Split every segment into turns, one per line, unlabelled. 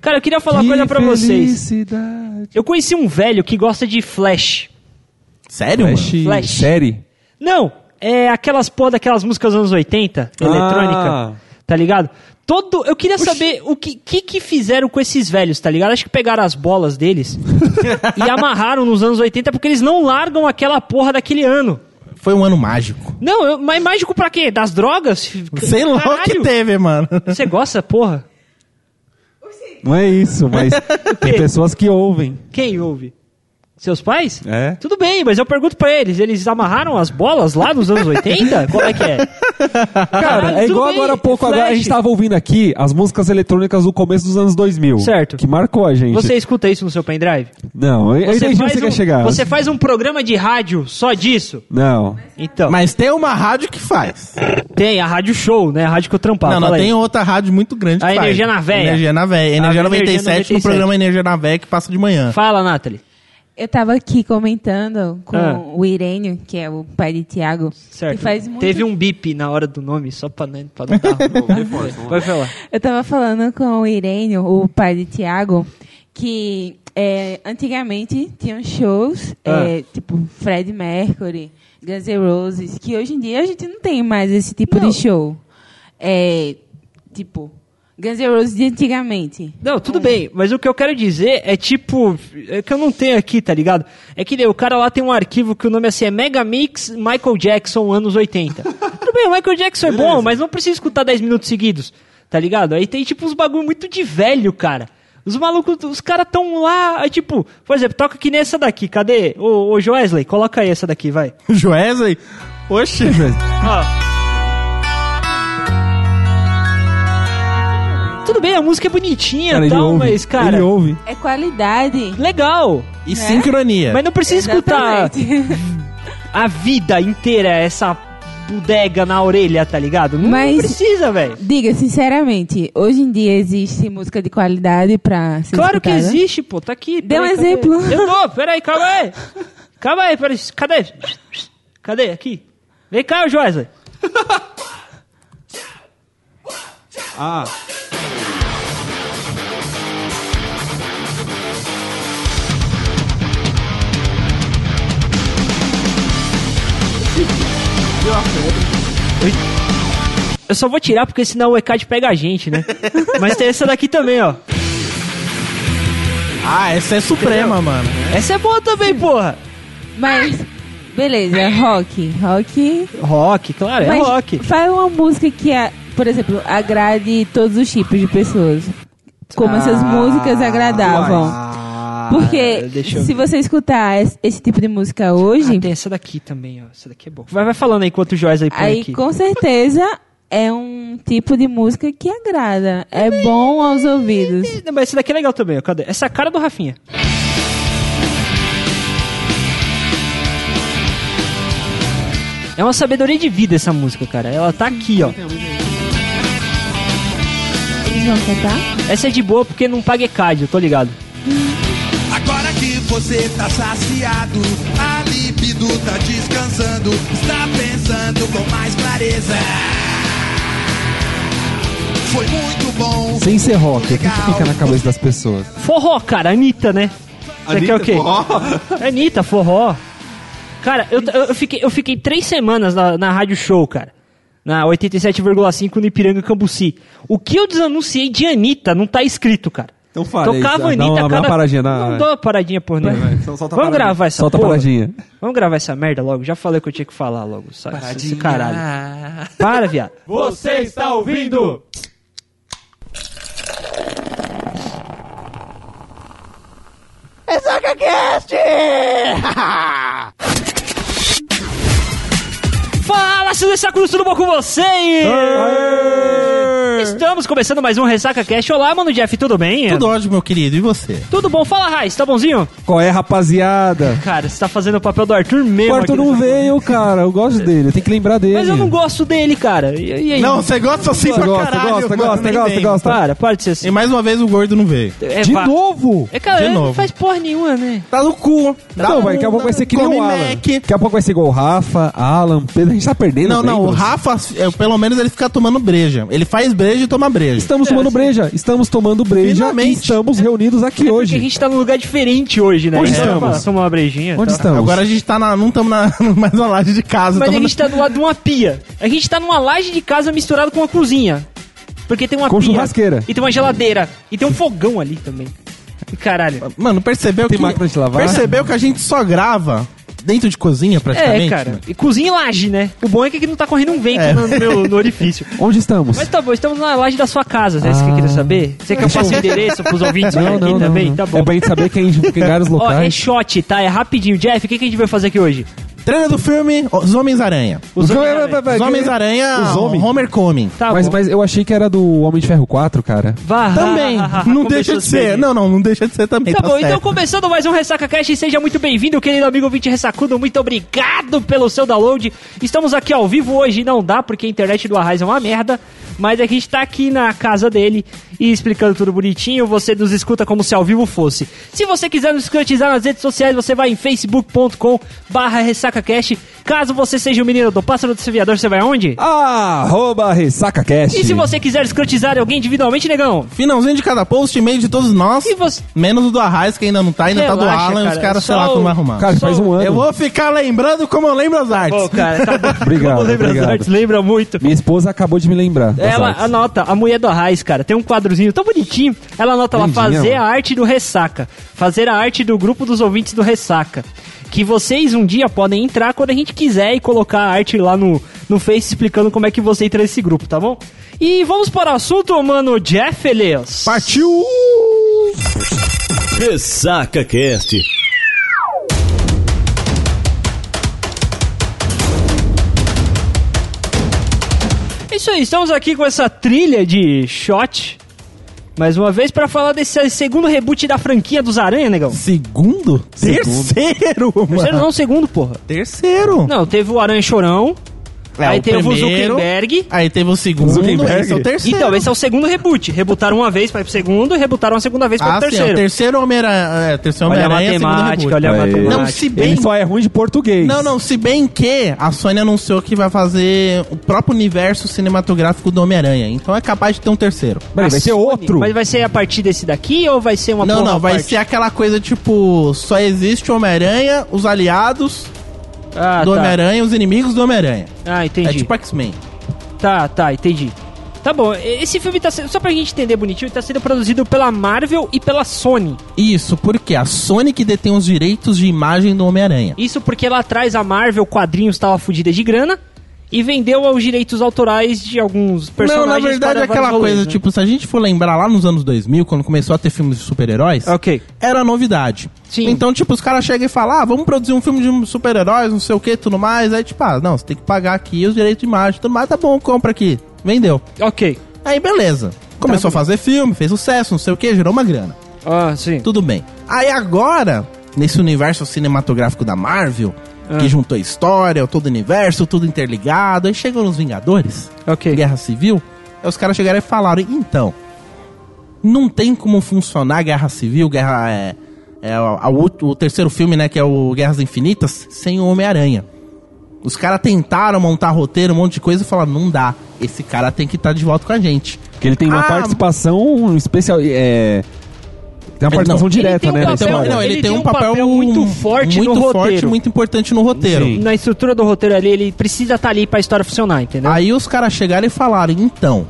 Cara, eu queria falar uma coisa pra vocês.
Felicidade.
Eu conheci um velho que gosta de Flash.
Sério,
Flash,
mano?
Flash.
Série?
Não, é aquelas pó daquelas músicas dos anos 80,
Ah.
eletrônica, tá ligado? Todo, eu queria saber o que, que que fizeram com esses velhos, tá ligado? Acho que pegaram as bolas deles e amarraram nos anos 80 porque eles não largam aquela porra daquele ano.
Foi um ano mágico.
Não, eu, mas mágico pra quê? Das drogas?
Sei lá o que
Caralho!
teve, mano.
Você gosta, porra?
Não é isso, mas tem pessoas que ouvem.
Quem ouve? Seus pais?
É.
Tudo bem, mas eu pergunto pra eles, eles amarraram as bolas lá nos anos 80? Como é que é? Caralho,
Cara, é
tudo
igual
bem,
agora há pouco, agora a
Flash.
gente tava ouvindo aqui as músicas eletrônicas do começo dos anos 2000.
Certo.
Que marcou a gente.
Você escuta isso no seu pendrive?
Não, tá eu eu entendi onde você
um,
quer chegar.
você faz um programa de rádio só disso?
Não.
Então,
Mas tem uma rádio que faz.
tem a Rádio Show, né? A rádio que eu trampava.
não, não,
fala aí.
tem outra rádio muito grande
A
que faz.
Energia na Véia.
Energia na Véia. Energia
A
97, no
97.
programa Energia na Véia que passa de
um-
manhã.
Fala, Nathalie.
Eu tava aqui comentando com
Ah.
o Irênio, que é o pai de Tiago.
Certo.
Que faz muito...
Teve um bip na hora do nome, só pra, né, pra não dar. Vai falar.
Eu tava falando com o Irênio, o pai de Tiago, que é, antigamente tinham shows,
Ah.
é, tipo Fred Mercury, Guns N' Roses, que hoje em dia a gente não tem mais esse tipo
Não.
de show. É, tipo, Guns N' Roses de antigamente.
Não, tudo bem, mas o que eu quero dizer é tipo. É que eu não tenho aqui, tá ligado? É que né, o cara lá tem um arquivo que o nome é assim é Mega Mix Michael Jackson anos 80. tudo bem, o Michael Jackson é bom, mas não precisa escutar 10 minutos seguidos, tá ligado? Aí tem tipo uns bagulho muito de velho, cara. Os malucos, os caras tão lá, aí, tipo, por exemplo, toca que nem essa daqui, cadê? Ô, ô Joesley, coloca aí essa daqui, vai.
Joesley? Oxe.
Tudo bem, a música é bonitinha
Cara,
e
ele
tal,
ouve.
mas, cara.
Ele ouve.
É qualidade.
Legal!
E sincronia.
É. Mas não precisa escutar
Exatamente.
a vida inteira essa bodega na orelha, tá ligado? Não
Mas-
precisa, velho.
Diga sinceramente, hoje em dia existe música de qualidade pra ser
Claro que
escutada?
existe, pô. Tá aqui.
assim, né? Dê um
peraí, cadê?
exemplo.
Eu dou, peraí, calma aí. Calma aí, peraí. Cadê? Cadê? Aqui. Vem cá, Joyce.
Ah.
Eu só vou tirar porque senão o ECAD pega a gente, né? Mas tem essa daqui também, ó.
Ah, essa é suprema, mano.
Essa é boa também, porra.
Mas, beleza, rock. Rock.
Rock, claro, é
mas
rock.
Faz uma música que, a- por exemplo, agrade todos os tipos de pessoas. Como
Ah,
essas músicas agradavam. Porque
Ah, deixa eu
se
ver.
você escutar es- esse tipo de música hoje,
Ah, tem essa daqui também, ó. Essa daqui é boa. Vai, vai falando aí enquanto o Joyce aí põe
aí
aqui.
com certeza é um tipo de música que agrada. É bom aos ouvidos.
Não, mas esse daqui é legal também, ó. Cadê? Essa é a cara do Rafinha. É uma sabedoria de vida essa música, cara. Ela tá aqui, ó.
Eles vão cantar?
Essa é de boa porque não paga ECAD, eu tô ligado.
Agora que você tá saciado, a libido tá descansando, está pensando com mais clareza. Foi muito bom.
Sem ser rock, o que, que fica na cabeça das pessoas?
Forró, cara. Anitta, né? Você quer o quê? É Anitta, forró. Cara, eu, eu, eu fiquei, eu fiquei três semanas na, na rádio show, cara. Na 87,5 no Ipiranga Cambuci. O que eu desanunciei de Anitta não tá escrito, cara.
Então fala aí,
Tocava
dá
Anitta,
uma- dá uma
cada...
paradinha na-
Não dou uma paradinha por nada.
vai, sol-
Vamos
solta a paradinha.
gravar essa
Solta a
porra.
paradinha.
Vamos gravar essa merda logo. Já falei o que eu tinha que falar logo. Sabe? Esse caralho. Para, viado.
Você está ouvindo?
Fala, seus ressacos, tudo bom com vocês? Estamos começando mais um Ressaca Cast. Olá, mano Jeff, tudo bem?
Tudo ótimo, meu querido. E você?
Tudo bom? Fala, Raiz, tá bonzinho?
Qual é, rapaziada?
Cara, você tá fazendo o papel do Arthur
O
mesmo.
Arthur
aqui
não
nessa-
veio, cara. Eu gosto dele, eu tenho que lembrar dele.
Mas eu não gosto dele, cara. E, e aí?
Não, você gosta assim
Você
pra
gosta,
caralho.
gosta,
mano,
gosta,
nem
gosta,
vem.
gosta.
Para, para de ser assim.
E mais uma vez o gordo não veio.
É,
De
vá-
novo?
É, cara,
De
ele não
novo.
faz porra nenhuma, né?
Tá no cu. Tá
não,
no-
vai, daqui a pouco vai ser que nem
Come
o Alan.
Mac.
Daqui a pouco vai ser igual o Rafa, Alan, Pedro. A gente tá perdendo.
Não, não, o
membros.
Rafa, é, pelo menos ele fica tomando breja. Ele faz breja breja e toma breja.
Estamos tomando breja, estamos tomando breja
Finalmente.
e estamos reunidos aqui
Porque a
hoje.
gente tá num lugar diferente hoje, né?
Onde
A gente
estamos?
toma- Toma uma brejinha.
Onde
tá?
estamos?
Agora a gente tá na, não estamos mais na laje de casa.
Mas a
tamo
gente tá do lado de uma pia. A gente tá numa laje de casa misturada com uma cozinha. Porque tem uma
Com
pia.
churrasqueira.
E tem uma geladeira. E tem um fogão ali também. Caralho.
na- Mano, percebeu
Tem
que...
máquina de lavar?
Percebeu que a gente só grava dentro de cozinha, praticamente?
É, cara.
mano?
E cozinha e laje, né? O bom é que aqui não tá correndo um vento
É.
no, meu, no orifício.
Onde estamos?
Mas tá bom, estamos na laje da sua casa, é isso
Ah.
que eu queria saber? Você quer que eu faça o endereço pros ouvintes
Não,
aqui
não, não,
também?
não.
Tá bom.
É pra gente saber quem quem ganhar os
Ó, é
locais.
shot, tá? É rapidinho. Jeff, o que, que a gente vai fazer aqui hoje?
Trailer do filme Os Homens-Aranha.
Os
é, homens-
vai- vai- vai-
Os
vai-
Homens-Aranha,
Os homens.
Homer Coming.
Tá
mas,
bom.
mas eu achei que era do Homem de Ferro 4, cara.
Vá,
Também.
ah, ah, ah,
não
começou
deixa de
os
ser.
beijinhos.
Não, não, não deixa de ser também.
Tá bom, então
certo.
começando mais um Ressaca Cash, seja muito bem-vindo, querido amigo ouvinte Ressacudo, muito obrigado pelo seu download. Estamos aqui ao vivo hoje, não dá porque a internet do Arraiz é uma merda, mas a gente tá aqui na casa dele e explicando tudo bonitinho, você nos escuta como se ao vivo fosse. Se você quiser nos escutizar nas redes sociais, você vai em facebook.com barra ressacacast. Caso você seja o menino do pássaro do Seviador, você vai aonde?
Arroba RessacaCast.
E se você quiser escrotizar alguém individualmente, negão?
Finalzinho de cada post, e-mail de todos nós.
E você...
Menos o do Arraiz, que ainda não tá, ainda tá do
Relaxa,
Alan,
cara,
os caras, sei
só
lá,
o-
como vai arrumar.
Cara, faz um ano.
eu vou ficar lembrando como eu lembro as artes.
Pô, cara, tá bom.
Obrigado,
Como lembra as
obrigado.
artes, lembra muito.
Minha esposa acabou de me lembrar. Tá das
Ela
artes.
anota, a mulher do Arraiz, cara, tem um quadrozinho tão bonitinho. Ela anota lá,
Lindinha,
fazer
mano.
a arte do Ressaca. Fazer a arte do grupo dos ouvintes do Ressaca. Que vocês um dia podem entrar quando a gente quiser e colocar a arte lá no, no Face explicando como é que você entra nesse grupo, tá bom? E vamos para o assunto, mano, Jeff Elias.
Partiu!
Ressaca Cast.
É isso aí, estamos aqui com essa trilha de shot. Mais uma vez, para falar desse segundo reboot da franquia dos Aranha, negão.
Segundo? Terceiro,
Terceiro
mano.
não, é um segundo, porra.
Terceiro.
Não, teve o Aranha Chorão.
É,
aí
o
teve o
primeiro,
Zuckerberg.
Aí teve o segundo,
Zuckerberg?
esse é o terceiro.
Então, esse é o segundo reboot. Rebutaram uma vez para o segundo e rebutaram a segunda vez para
ah,
o
Sim, é o
terceiro.
terceiro Homem-Aranha, é, terceiro
olha a
Homem-Aranha, segundo
matemática,
reboot.
olha a
Aí.
matemática.
Não, se bem...
É, Ele só é ruim de português.
Não, não, se bem que a Sony anunciou que vai fazer o próprio universo cinematográfico do Homem-Aranha. Então é capaz de ter um terceiro.
Peraí, vai ser
Ah, Sony,
outro.
Mas vai ser a partir desse daqui ou vai ser uma
não,
porra
não,
à
vai
parte?
ser aquela coisa tipo: só existe o Homem-Aranha, os aliados
ah,
do
tá.
Homem-Aranha, os inimigos do Homem-Aranha.
Ah,
É
entendi.
tipo X-Men.
Tá, tá, entendi. Tá bom, esse filme tá sendo, só pra gente entender bonitinho, tá sendo produzido pela Marvel e pela Sony.
Isso, porque a Sony que detém os direitos de imagem do Homem-Aranha.
Isso porque lá atrás a Marvel quadrinhos tava fodida de grana e vendeu os direitos autorais de alguns
Não,
personagens
na verdade
para
é aquela
vários rolês,
coisa,
né?
tipo, se a gente for lembrar lá nos anos 2000, quando começou a ter filmes de super-heróis,
OK.
era novidade.
Sim.
Então, tipo, os caras chegam e falam, ah, vamos produzir um filme de super-heróis, não sei o que, tudo mais. Aí, tipo, ah, não, você tem que pagar aqui os direitos de imagem, tudo mais, tá bom, compra aqui. Vendeu.
OK.
Aí, beleza. Começou a fazer filme, fez sucesso, não sei o que, gerou uma grana.
Ah, sim.
Tudo bem. Aí agora, nesse universo cinematográfico da Marvel, que juntou história, todo universo, tudo interligado, aí chegam os Vingadores,
Ok.
Guerra Civil, aí os caras chegaram e falaram, então, não tem como funcionar Guerra Civil, Guerra... É, é a- a ult- o terceiro filme, né, que é o Guerras Infinitas, sem o Homem-Aranha. Os caras tentaram montar roteiro, um monte de coisa, e falaram, não dá, esse cara tem que estar de volta com a gente.
Porque ele tem uma
Ah.
participação um especial. É... Tem uma
Ele
participação
não.
direta,
Ele tem um
né?
papel-
Então,
nessa
Não,
história.
ele tem um papel muito forte
muito
no
forte,
roteiro.
muito importante no roteiro.
Sim.
Na estrutura do roteiro ali, ele precisa estar ali pra história funcionar, entendeu?
Aí os caras chegaram e falaram, então,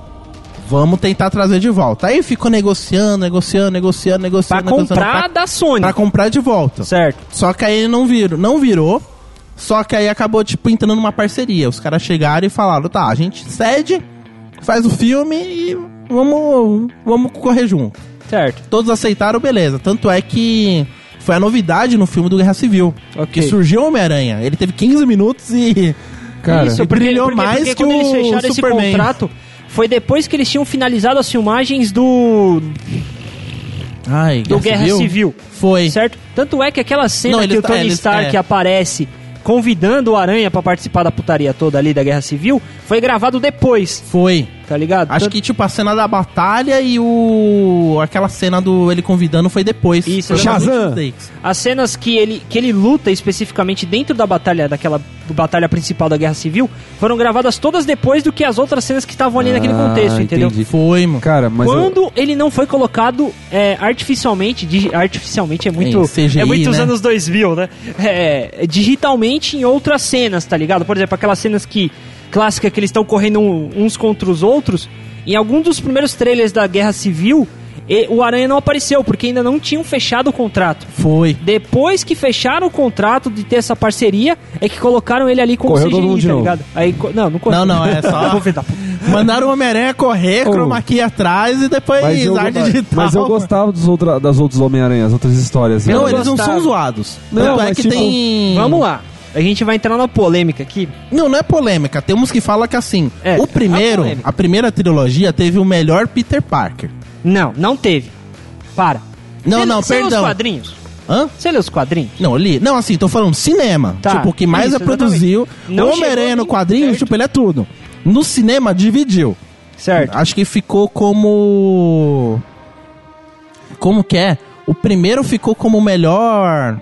vamos tentar trazer de volta. Aí ficou negociando, negociando, negociando,
pra
negociando. negociando,
comprar
tá pra,
da Sony.
pra comprar de volta.
Certo.
Só que aí não virou, não virou. Só que aí acabou, tipo, entrando numa parceria. Os caras chegaram e falaram, tá, a gente cede, faz o filme e vamos, vamos correr junto.
Certo.
Todos aceitaram, beleza. Tanto é que foi a novidade no filme do Guerra Civil.
Ok.
Que surgiu o Homem-Aranha. Ele teve 15 minutos e...
Cara,
Isso,
e
porque,
brilhou
porque,
mais
porque
que
quando
o
eles fecharam esse
Superman.
contrato, foi depois que eles tinham finalizado as filmagens do,
Ai,
do Guerra Civil.
Foi.
Certo? Tanto é que aquela cena
Não, ele
que o
tá-
Tony
ele-
Stark
é.
aparece convidando o Aranha pra participar da putaria toda ali da Guerra Civil, foi gravado depois.
Foi.
tá ligado?
Acho
Tanto-
que, tipo, a cena da batalha e o. aquela cena do ele convidando foi depois.
Isso,
foi
Shazam.
nas últimas takes.
As cenas que ele, que ele luta especificamente dentro da batalha, daquela batalha principal da Guerra Civil, foram gravadas todas depois do que as outras cenas que estavam ali naquele
Ah,
contexto, entendeu?
entendi.
Foi, mano.
Cara, mas. eu-
Quando ele não foi colocado é, artificialmente, digi- artificialmente é muito.
Em CGI,
é muito os
né?
anos 2000, né? É, digitalmente em outras cenas, tá ligado? Por exemplo, aquelas cenas que. clássica que eles estão correndo um- uns contra os outros. Em algum dos primeiros trailers da Guerra Civil, e- o Aranha não apareceu, porque ainda não tinham fechado o contrato.
Foi.
Depois que fecharam o contrato de ter essa parceria, é que colocaram ele ali como
Correu
CGI,
todo mundo de
tá
novo.
ligado? Aí, co- não, não correu.
Não, não, é só-
Vou ver da puta.
Mandaram o Homem-Aranha correr,
Oh.
chroma key atrás e
é
depois
Mas eu,
arte
mas
digital.
eu gostava dos outra, das outros Homem-Aranha, as outras histórias. assim.
Não,
Eu
eles não
gostava.
são zoados.
Não,
Tanto é
mas,
que
tipo,
tem.
Vamos lá. A gente vai entrar na polêmica aqui.
Não, não é polêmica. Tem uns que falam que assim,
É,
o primeiro,
é polêmica.
a primeira trilogia teve o melhor Peter Parker.
Não, não teve. Para.
Não, não,
você Você leu
perdão.
os quadrinhos?
Hã?
Você leu os quadrinhos?
Não, ali. Não, assim, tô falando cinema.
Tá,
Tipo, o que mais
isso,
é produziu.
exatamente. Não
o Homem-Aranha
chegou
no
nem
quadrinho,
perto.
tipo, ele é tudo. No cinema, dividiu.
Ah,
Certo.
Acho que ficou como. Como que é? O primeiro ficou como o melhor.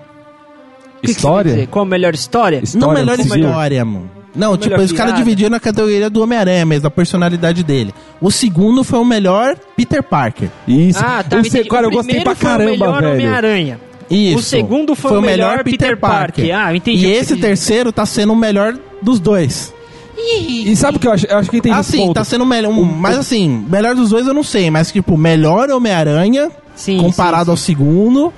O que que você
História?
quer dizer? Qual a melhor história?
História,
não, melhor
civil.
história, mano. Não, tipo,
Melhor
os caras
piada.
dividiram na categoria do Homem-Aranha mesmo, da personalidade dele. O segundo foi o melhor Peter Parker.
Isso.
Ah, tá, me
o se-
entendi.
cara, eu
O
gostei
primeiro
pra
foi o
caramba,
melhor
velho.
Homem-Aranha.
Isso.
O segundo foi, o melhor, Peter Parker. Ah, eu entendi.
E
o que
esse
você quis dizer.
terceiro tá sendo o melhor dos dois.
E sabe o que eu acho? Eu acho que
Ah,
tem
assim, tá sendo o melhor. um- mas assim, melhor dos dois eu não sei, mas tipo, melhor Homem-Aranha
Sim,
comparado ao segundo.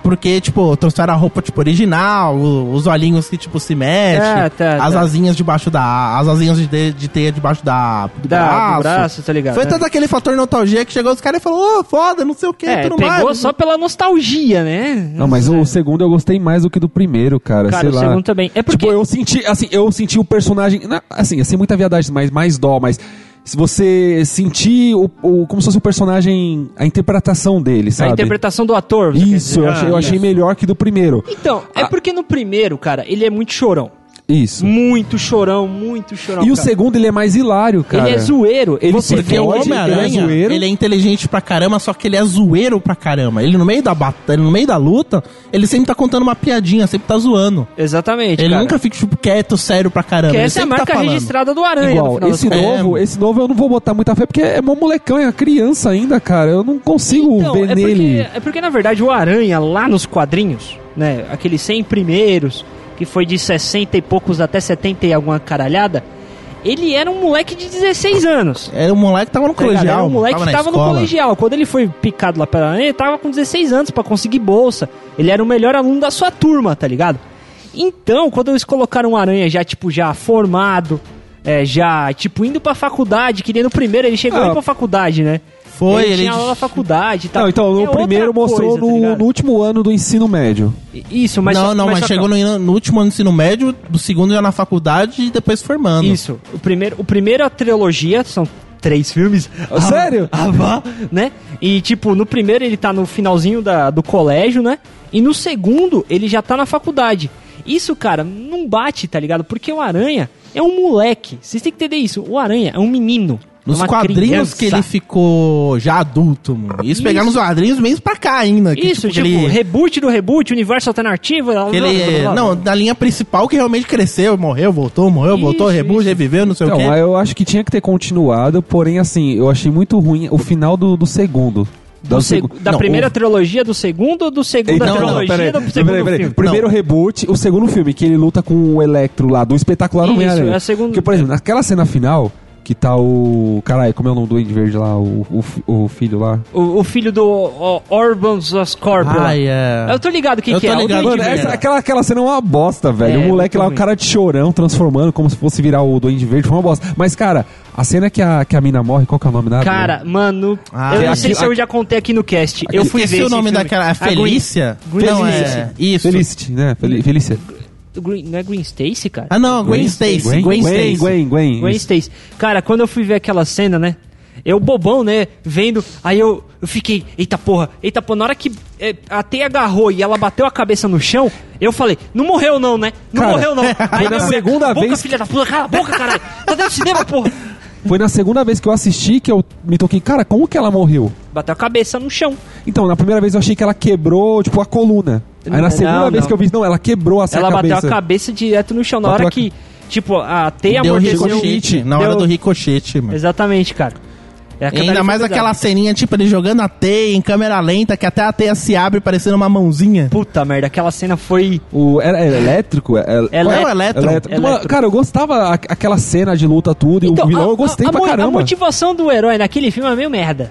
Porque, tipo, trouxeram a roupa, tipo, original, o- os olhinhos que, tipo, se mexem,
Ah, tá,
as
tá.
asinhas debaixo da... as asinhas de, te- de teia debaixo da, do,
Da,
braço.
do braço, tá ligado?
Foi
É.
todo aquele fator nostalgia que chegou os caras e falou, ô, foda, não sei o que,
É,
tudo
pegou
mais.
só pela nostalgia, né?
Não, mas o segundo eu gostei mais do que do primeiro, cara.
Cara,
sei
o
lá.
segundo também. É porque-
Tipo, eu senti, assim, eu senti o personagem. na- Assim, assim, muita viadagem, mas mais dó, mas. Se você sentir o, o- como se fosse o personagem, a interpretação dele,
A
sabe?
interpretação do ator. você quer
Isso,
dizer?
eu achei,
Ah,
eu achei Ah.
isso.
melhor que do primeiro.
Então, é porque no primeiro, cara, ele é muito chorão.
Isso.
Muito chorão, muito chorão.
e o
cara.
segundo, ele é mais hilário, cara.
Ele é zoeiro.
Ele
Você
se
Porque
vê
o
fode,
ele-
Homem-Aranha,
ele é zoeiro.
ele é inteligente pra caramba, só que ele é zoeiro pra caramba. Ele no meio da batalha, no meio da luta, ele sempre tá contando uma piadinha, sempre tá zoando.
Exatamente,
Ele
cara.
nunca fica, tipo, quieto, sério pra caramba.
Porque
ele
essa é a
sempre tá
marca
falando.
registrada do Aranha, no
Igual,
final das
esse
contas.
novo,
É.
esse novo eu não vou botar muita fé, porque é mó molecão, é uma criança ainda, cara. Eu não consigo
Então,
ver
é porque,
nele.
é porque, na verdade, o Aranha, lá nos quadrinhos, né, aqueles 100 primeiros, que foi de 60 e poucos até 70 e alguma caralhada, ele era um moleque de 16 anos.
Era um moleque que tava no
Tá ligado?
colegial.
Era um moleque
tava
que
na
tava no
escola.
colegial. Quando ele foi picado lá pela aranha, ele tava com 16 anos pra conseguir bolsa. Ele era o melhor aluno da sua turma, tá ligado? Então, quando eles colocaram o aranha já, tipo, já formado, é, já, tipo, indo pra faculdade, que nem no primeiro ele chegou
Ah.
a ir pra faculdade, né?
Foi,
ele,
ele-
tinha aula na faculdade e tal.
Não, então,
É
no
outra
primeiro mostrou
coisa, tá
no,
ligado?
no último ano do ensino médio.
Isso, mas...
não, não, mas,
só que, ó,
chegou no, no último ano do ensino médio, do segundo já na faculdade e depois formando.
Isso. O primeiro, o primeiro a trilogia são três filmes.
Ah, sério?
Ah, vá, né? E tipo, no primeiro ele tá no finalzinho da, do colégio, né? E no segundo ele já tá na faculdade. Isso, cara, não bate, tá ligado? Porque o Aranha é um moleque. Vocês têm que entender isso. O Aranha é um menino.
Nos
é uma
quadrinhos
criança.
que ele ficou já adulto, mano. Isso,
Isso.
pegar nos quadrinhos mesmo pra cá ainda. que,
Isso, tipo,
que ele-
reboot do reboot, universo alternativo.
que ele- é- não, na linha principal que realmente cresceu, morreu, voltou, morreu,
Isso,
voltou, rebu,
isso.
reviveu, não sei
Então,
o quê.
mas eu acho que tinha que ter continuado, porém, assim, eu achei muito ruim o final do, do segundo.
Do
Do
seg-
segu-
da
não,
primeira
o-
trilogia do segundo ou do segundo da
Então, não,
trilogia
peraí,
do segundo
peraí, peraí.
filme?
Primeiro reboot, o segundo filme, que ele luta com o Electro lá, do espetacular
Isso,
Homem-Aranha.
é a segunda-
Porque, por exemplo, naquela cena final, que tá o... Caralho, como é o nome do Duende Verde lá? O, o, fi- o filho lá?
O, o filho do o, Orbans Oscorpion.
Ah, é.
Eu tô ligado o que,
Eu
que
tô
é. o
ligado.
Duende
Mano,
Verde.
essa- aquela, aquela cena é uma bosta, velho.
É,
o moleque
muito
lá, o
ruim.
cara de chorão, transformando como se fosse virar o Duende Verde, foi uma bosta. Mas, cara, a cena que a, que a mina morre, qual que é o nome da
Cara, mano,
Ah,
eu não
aqui-
sei se eu já contei aqui no cast. Eu fui
Esqueci
ver
o nome
esse filme.
daquela. É
A Gwen-
Felícia?
Gwen
Não, é.
Stacy.
Isso.
Felicity, né? Fel- Felícia.
Green- não é Green Stacy, cara?
Ah, não, Gwen, Stacy. Gwen, Stacy.
Gwen, Gwen, Gwen.
Gwen Stacy. Cara, quando eu fui ver aquela cena, né? Eu bobão, né? Vendo. Aí eu, eu fiquei, eita porra, eita porra. Na hora que é, a teia agarrou e ela bateu a cabeça no chão, eu falei, não morreu não, né? Não
Cara,
morreu não. Aí
pela
minha mulher,
segunda
"Cala a boca,
vez-
filha da puta, cala a boca, caralho. Tá dentro do cinema, porra.
Foi na segunda vez que eu assisti que eu me toquei, cara, como que ela morreu?
Bateu a cabeça no chão.
Então, na primeira vez eu achei que ela quebrou, tipo, a coluna. Aí na
Não,
segunda
não.
vez que eu vi, não, ela quebrou assim,
ela
a cabeça.
bateu a cabeça direto no chão. Na
Bateu
hora
a-
que, tipo, a teia
Deu
amorteceu...
ricochete. Na hora
deu-
do ricochete, mano.
Exatamente, cara. É, aquela ali
Ainda
foi
mais
pesada.
aquela ceninha, tipo, ele jogando a teia em câmera lenta, que até a teia se abre parecendo uma mãozinha.
Puta merda, aquela cena foi...
O, era, era elétrico? É- é-
Ela
Qual é o
é-
elétron?
elétrico.
Elétrico.
Mano, Cara, eu gostava a- aquela cena de luta, tudo,
Então,
e o vilão eu gostei pra
mo-
caramba.
motivação do herói naquele filme é meio merda.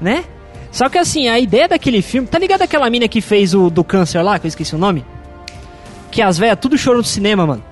Né? Só que assim, a ideia daquele filme. Tá ligado aquela mina que fez o do câncer lá, que eu esqueci o nome? Que as velhas tudo chorou no cinema, mano.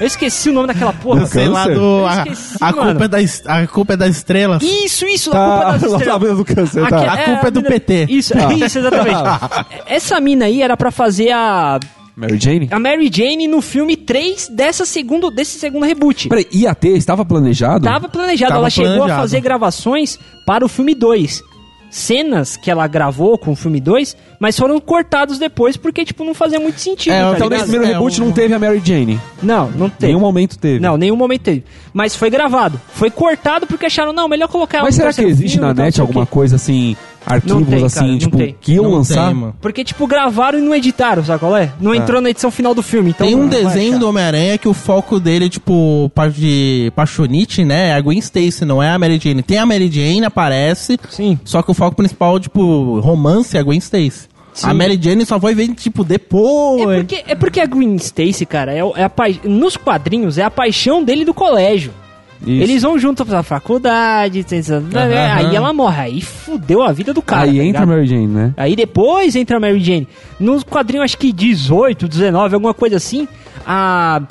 Eu esqueci o nome daquela porra.
Do
Sei lá,
Câncer?
do, a,
esqueci,
a
mano.
culpa é da, es- a culpa é da estrela.
Isso, isso,
Tá,
a culpa das
a
estrelas.
mina do câncer,
Aque-
tá.
A culpa é do
mina-
PT.
Isso, isso, exatamente. Essa mina aí era pra fazer a,
Mary Jane?
a Mary Jane no filme 3 dessa segundo, desse segundo reboot.
Peraí, ia ter? Estava planejado?
Tava planejado,
Tava
ela chegou
planejado.
a fazer gravações para o filme 2. Cenas que ela gravou com o filme 2, mas foram cortados depois porque, tipo, não fazia muito sentido.
É,
tá
Então nesse
ligado?
primeiro
É,
reboot
um-
não teve a Mary Jane.
Não, não
Em
teve.
Nenhum momento teve.
Não, nenhum momento teve. Mas foi gravado. Foi cortado porque acharam, não, melhor colocar ela no
Mas será que
terceiro
existe
filme,
na
então,
net
não sei o
alguma
quê.
coisa assim, arquivos
tem, cara,
assim,
não
tipo,
tem.
que iam
Não
lançar?
tem, mano.
Porque, tipo, gravaram e não editaram, sabe qual é? Não entrou na edição final do filme, então...
Tem um
não vai
desenho
achar.
do Homem-Aranha que o foco dele, tipo, parte de Paixonite, né? É a Gwen Stacy, não é a Mary Jane. Tem a Mary Jane, aparece.
Sim.
Só que o foco principal, tipo, romance é a Gwen Stacy.
Sim.
A Mary Jane só foi ver, tipo, depois.
É porque, é porque a Gwen Stacy, cara, é, o- é a pai- nos quadrinhos é a paixão dele do colégio.
Isso.
Eles vão junto pra faculdade, tem- né, aí ela morre. Aí fudeu a vida do cara.
Aí
tá
entra
ligado?
a Mary Jane, né?
Aí depois entra a Mary Jane. Nos quadrinhos, acho que 18, 19, alguma coisa assim. A.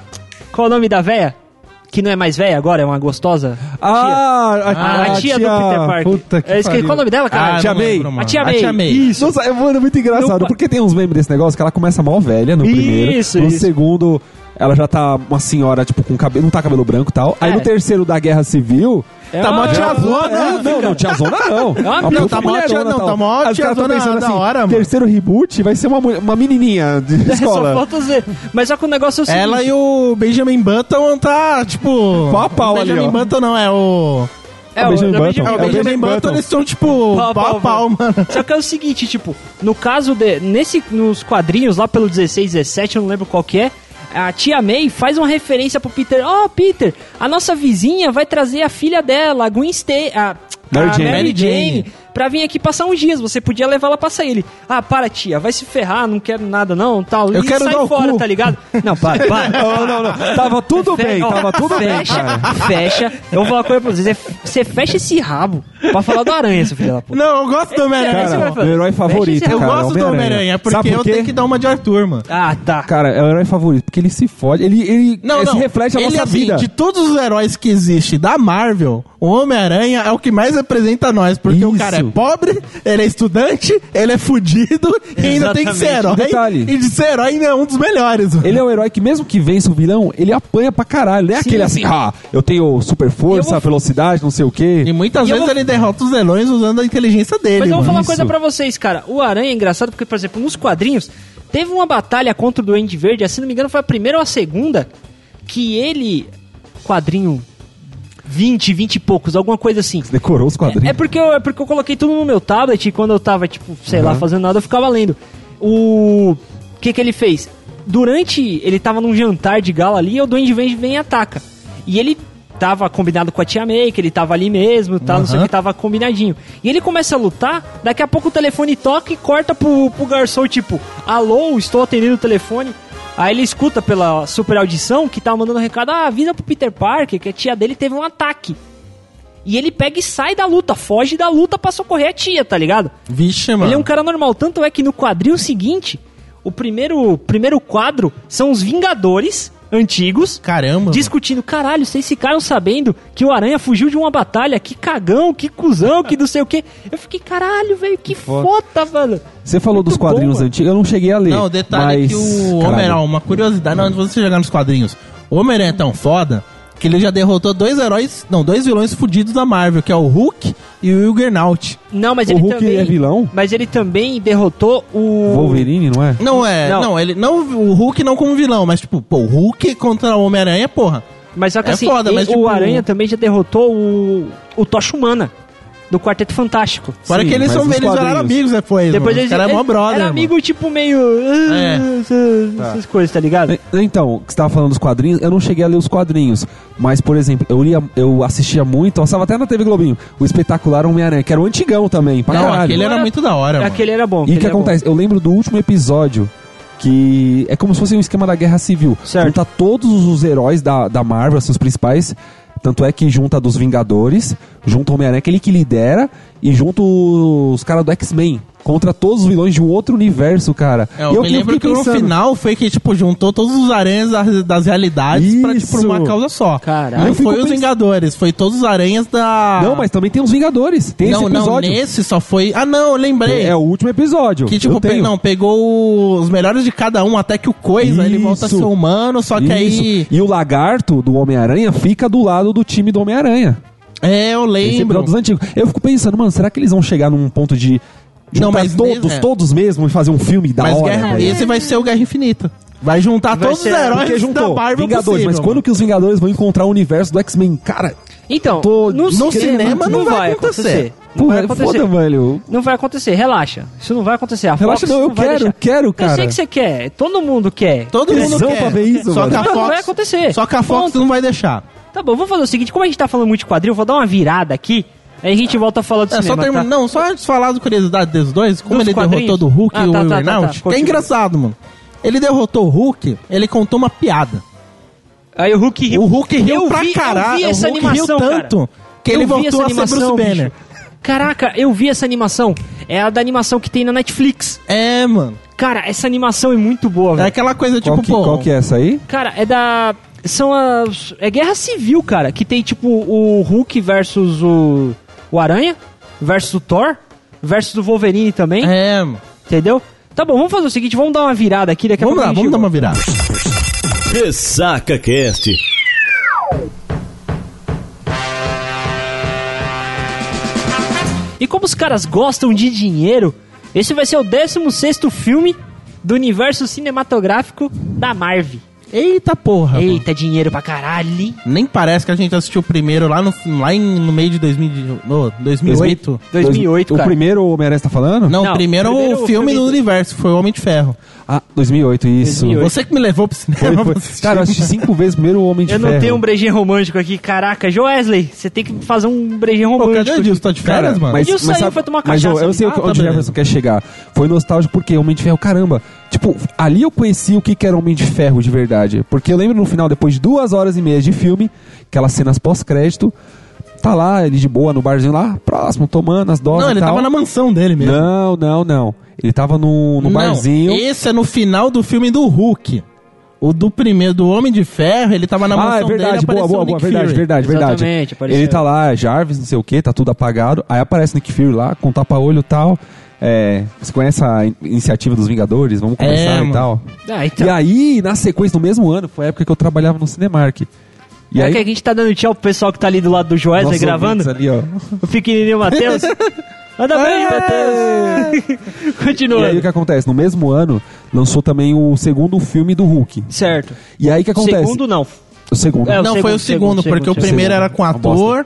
Qual é o nome da véia? Que não é mais véia agora, é uma gostosa.
Ah,
a, a tia, do Peter Parker.
Puta que
Eu esqueci- Qual é o nome dela, cara?
Ah,
Tia
não
May.
lembro, mano.
A tia
A
May.
tia May.
Isso, nossa, é, mano, é muito engraçado,
Não-
porque tem uns memes desse negócio que ela começa mó velha no
Isso,
primeiro, no
isso.
segundo ela já tá uma senhora, tipo, com cabelo, não tá cabelo branco e tal, aí
É.
no terceiro da Guerra Civil...
É
Tá
uma-
mó tiazona,
É,
né?
não, não, tiazona não.
É uma
Uma
mina-
puta
tá mó tia-
mulherona e
não,
tal.
tá mó
Aí os caras tão
tiazona
pensando
da
assim,
hora, mano.
Terceiro reboot vai ser uma, mulher- uma menininha de
É Só
escola.
falta dizer. Mas só que o negócio é o seguinte.
Ela e o Benjamin Button tá, tipo.
Pau a pau
o Benjamin
ali, ó.
Button não, é o.
É,
o
o
Benjamin
o
Button.
É o Benjamin, Button, eles são, tipo, pau a pau, mano.
Só que é o seguinte, tipo, no caso de. Nesse, nos quadrinhos, lá pelo 16, 17, eu não lembro qual que é. A tia May faz uma referência pro Peter. Ó, Peter, a nossa vizinha vai trazer a filha dela, a Gwen Stay. A,
Mary
a
Jane.
Mary
Mary
Jane,
Jane.
pra vir aqui passar uns dias. Você podia levá-la pra sair. Ele, ah, para, tia, vai se ferrar, não quero nada não, tal.
Eu
e
quero
sai
dar o
fora,
cu.
tá ligado? Não, para, para.
Não, não, não. Tava tudo
Fe-
bem,
ó,
tava tudo bem,
fecha,
cara.
Fecha. Eu vou falar uma coisa pra vocês. você- Você fecha esse rabo pra falar do aranha, seu filho da puta.
Não, eu gosto do
Esse
Homem-Aranha. é
vai
Cara,
falar.
meu herói
Fecha
favorito,
esse
cara.
rabo.
Eu gosto do
Homem-Aranha.
Homem-Aranha,
Sabe
porque
por
eu
quê?
tenho que dar uma de Arthur, mano.
Ah, tá.
Cara, é o herói favorito, porque ele se fode. Ele, ele
Não,
é,
não.
se reflete a
ele,
nossa
assim,
vida.
De todos os heróis que existe da Marvel, o Homem-Aranha é o que mais representa nós. Porque o
Isso.
cara é pobre, ele é estudante, ele é fudido e ainda tem que ser herói.
Detalhe.
E de ser herói ainda é um dos melhores. mano.
Ele é o herói que, mesmo que vença o vilão, ele apanha pra caralho. Não é aquele assim, ah, eu tenho super força,
Eu vou-
velocidade, não sei o quê.
E muitas
E eu
vezes
vou-
ele derrota os vilões usando a inteligência dele.
Mas eu vou
mano.
falar uma
isso.
coisa pra vocês, cara. O Aranha é engraçado porque, por exemplo, nos quadrinhos, teve uma batalha contra o Duende Verde, se não me engano, foi a primeira ou a segunda, que ele. Quadrinho 20, 20 e poucos, alguma coisa assim.
Decorou os quadrinhos.
É porque, eu, é porque eu coloquei tudo no meu tablet e quando eu tava, tipo, sei lá, fazendo nada, eu ficava lendo. O. que que ele fez? Durante. Ele tava num jantar de gala ali e o Duende vem, vem e ataca. E ele tava combinado com a tia May, que ele tava ali mesmo, tá, não sei o que, tava combinadinho. E ele começa a lutar, daqui a pouco o telefone toca e corta pro, pro garçom, tipo, alô, estou atendendo o telefone. Aí ele escuta pela super audição que tá mandando um recado, ah, avisa pro Peter Parker que a tia dele teve um ataque. E ele pega e sai da luta, foge da luta pra socorrer a tia, tá ligado?
Vixe, mano.
Ele é um cara normal, tanto é que no quadrinho seguinte, o primeiro, primeiro quadro são os Vingadores antigos.
Caramba.
Discutindo, caralho, vocês ficaram sabendo que o Aranha fugiu de uma batalha, que cagão, que cuzão, que não sei o quê. Eu fiquei, caralho, velho, que
foda.
foda, mano.
Você falou
Muito
dos quadrinhos
bom, mano.
antigos, eu não cheguei a ler.
Não, o detalhe é
mas...
que o
caralho.
Homem-Aranha, uma curiosidade, não, antes de você jogar nos quadrinhos. O Homem-Aranha é tão foda que ele já derrotou dois heróis, não, dois vilões fudidos da Marvel, que é o Hulk e o Juggernaut.
Não, mas
O
ele
Hulk
também.
é vilão?
Mas ele também derrotou
um
o.
Wolverine, não é?
Não é,
Não.
não, ele não o Hulk não como vilão, mas tipo, pô, o Hulk contra o Homem-Aranha, porra.
Mas só que
É
assim,
foda,
e-
mas,
o
tipo,
Aranha também já derrotou o, o Tocha Humana, do Quarteto Fantástico.
Fora
Sim,
que eles,
mas
são,
nos
eles viraram
quadrinhos.
amigos depois.
Depois
mano.
eles,
Os caras é mó
ele-
brother.
Era
mano.
amigo, tipo, meio. ah,
É.
essas- Essas coisas, tá ligado?
E- Então, que você tava falando dos quadrinhos, eu não cheguei a ler os quadrinhos. Mas, por exemplo, eu lia, eu assistia muito, eu estava até na TV Globinho, o espetacular Homem-Aranha, que era o antigão também, pra
Não,
caralho.
aquele é era muito da hora, mano.
Aquele era bom.
E
aquele
o que
é
era
acontece? Eu lembro do último episódio que é como se fosse um esquema da guerra civil.
Certo.
Junta todos os heróis da, da Marvel, assim, os principais. Tanto é que junta dos Vingadores, junta o Homem-Aranha, aquele que lidera, e junta os caras do X-Men. Contra todos os vilões de um outro universo, cara.
É, eu, me
fiquei
lembro que no
pensando,
final foi que, tipo, juntou todos os aranhas das, das realidades pra, tipo,
Isso.
uma causa só.
Caralho.
Eu
Não
fico
foi os
pens-
Vingadores, foi todos os aranhas da...
Não, mas também tem os Vingadores. Tem
Ah. não,
esse
não,
episódio.
nesse só foi... Ah, não, eu lembrei.
É o último episódio.
Que, tipo,
eu
pe-
tenho.
não, pegou os melhores de cada um, até que o Coisa, ele volta a ser
Isso.
humano, só que aí...
Isso. E o lagarto do Homem-Aranha fica do lado do time do Homem-Aranha.
É, eu
Esse
lembro.
episódio um dos antigos. Eu fico pensando, mano, será que eles vão chegar num ponto de
Não,
juntar
mas
todos,
mesmo- é.
todos mesmo e fazer um filme da
Mas
hora?
Guerra-
velho?
esse vai ser o Guerra Infinita. Vai juntar
Vai
todos
ser-
os heróis
Porque juntou
da Marvel
Vingadores, mas
possível,
quando que os Vingadores vão encontrar o universo do X-Men? Cara,
Então,
Tô-
no,
no
cinema não, vai acontecer. Não vai
porra,
é
é
acontecer.
foda, velho.
Não vai acontecer, relaxa. Isso não vai acontecer. A
Relaxa,
Fox
não, eu
vai
quero,
deixar.
quero,
Eu sei
cara.
que você quer, todo mundo quer.
Todo mundo
Tesão
quer.
pra ver isso,
só
mano.
que a
Mas não
Fox,
vai acontecer.
Só que a Fox
Ponto.
não vai deixar.
Tá bom, vamos fazer o seguinte: como a gente tá falando muito de quadril, eu vou dar uma virada aqui, aí a gente volta a falar do
É, só
cinema.
terminar.
tá?
Não, só antes de falar do curiosidade dos dois, como
Dos
ele
quadrinhos?
derrotou do Hulk
Ah,
e o
tá, tá, tá, tá.
Reynolds. é
Continua.
engraçado, mano. Ele derrotou o Hulk, ele contou uma piada.
Aí o Hulk riu.
O Hulk riu
Eu
pra
vi- eu
caralho.
vi essa
o Hulk
animação,
riu
cara.
tanto que
Eu
ele
vi essa
voltou a ser Bruce
animação,
Banner.
bicho. Caraca, eu vi essa animação. É a da animação que tem na Netflix.
É, mano.
Cara, essa animação é muito boa,
É
velho.
aquela coisa tipo,
Qual, que,
pô.
qual que é essa aí?
Cara, é da. São as. É guerra civil, cara. Que tem tipo o Hulk versus o. O Aranha. Versus o Thor. Versus o Wolverine também.
É, mano.
Entendeu? Tá bom, vamos fazer o seguinte: vamos dar uma virada aqui daqui a
Vamos
pouco.
lá,
a gente
vamos dar uma
volta.
virada.
Ressaca Cast.
E como os caras gostam de dinheiro, esse vai ser o 16 filme do universo cinematográfico da Marvel.
Eita porra. mano.
Eita, dinheiro pra caralho. hein?
Nem parece que a gente assistiu o primeiro lá no, lá em, no meio de 2000, de- no, 2008.
2008,
O
cara.
primeiro Homem-Aranha está falando?
Não,
Não,
o primeiro,
primeiro
o filme do
filme-
universo, foi o Homem de Ferro.
Ah, 2008, isso.
2008.
Você que me levou pro
Foi,
cinema.
foi.
pra assistir.
Cara, eu assisti cinco vezes primeiro Homem de
Eu
Ferro.
não tenho um brejinho romântico aqui, caraca. Joesley, você tem que fazer um brejinho
Pô,
romântico.
cadê o Edilson? Tá de
Cara,
férias, mano?
E o Sainz foi tomar
mas eu-
cachaça
eu,
ali?
sei o
Ah,
que
tá,
onde o
beleza.
Jefferson quer chegar. Foi nostálgico porque Homem de Ferro, caramba. Tipo, ali eu conheci o que que era Homem de Ferro de verdade. Porque eu lembro no final, depois de duas horas e meia de filme, aquelas cenas pós-crédito, tá lá, ele de boa no barzinho lá, próximo, tomando as doses
Não,
e
ele
tal.
tava na mansão dele mesmo.
Não, não, não. Ele tava no, no
Não,
barzinho.
Esse é no final do filme do Hulk. O do primeiro, do Homem de Ferro, ele tava na
Ah,
mansão
é verdade,
dele
boa,
apareceu
boa,
o
boa,
Nick
verdade,
Fury.
verdade, verdade.
Exatamente, apareceu.
Ele tá lá, Jarvis, não sei o que, tá tudo apagado. Aí aparece Nick Fury lá, com tapa-olho e tal. É, você conhece a in- iniciativa dos Vingadores? Vamos
É,
conversar e
mano.
tal.
Ah, então.
E aí, na sequência, no mesmo ano, foi a época que eu trabalhava no Cinemark. E
É
aí,
que a gente tá dando tchau pro pessoal que tá ali do lado do Joesley
nossos ouvintes
gravando.
Ali, ó.
O pequenininho Matheus. Anda bem, Matheus.
E aí o
Continuando.
que acontece? No mesmo ano, lançou também o segundo filme do Hulk.
Certo.
E aí o que acontece?
Segundo não.
O segundo.
É,
Não,
segundo,
foi
segundo,
o segundo,
segundo,
porque o
segundo.
primeiro era com
Uma
ator,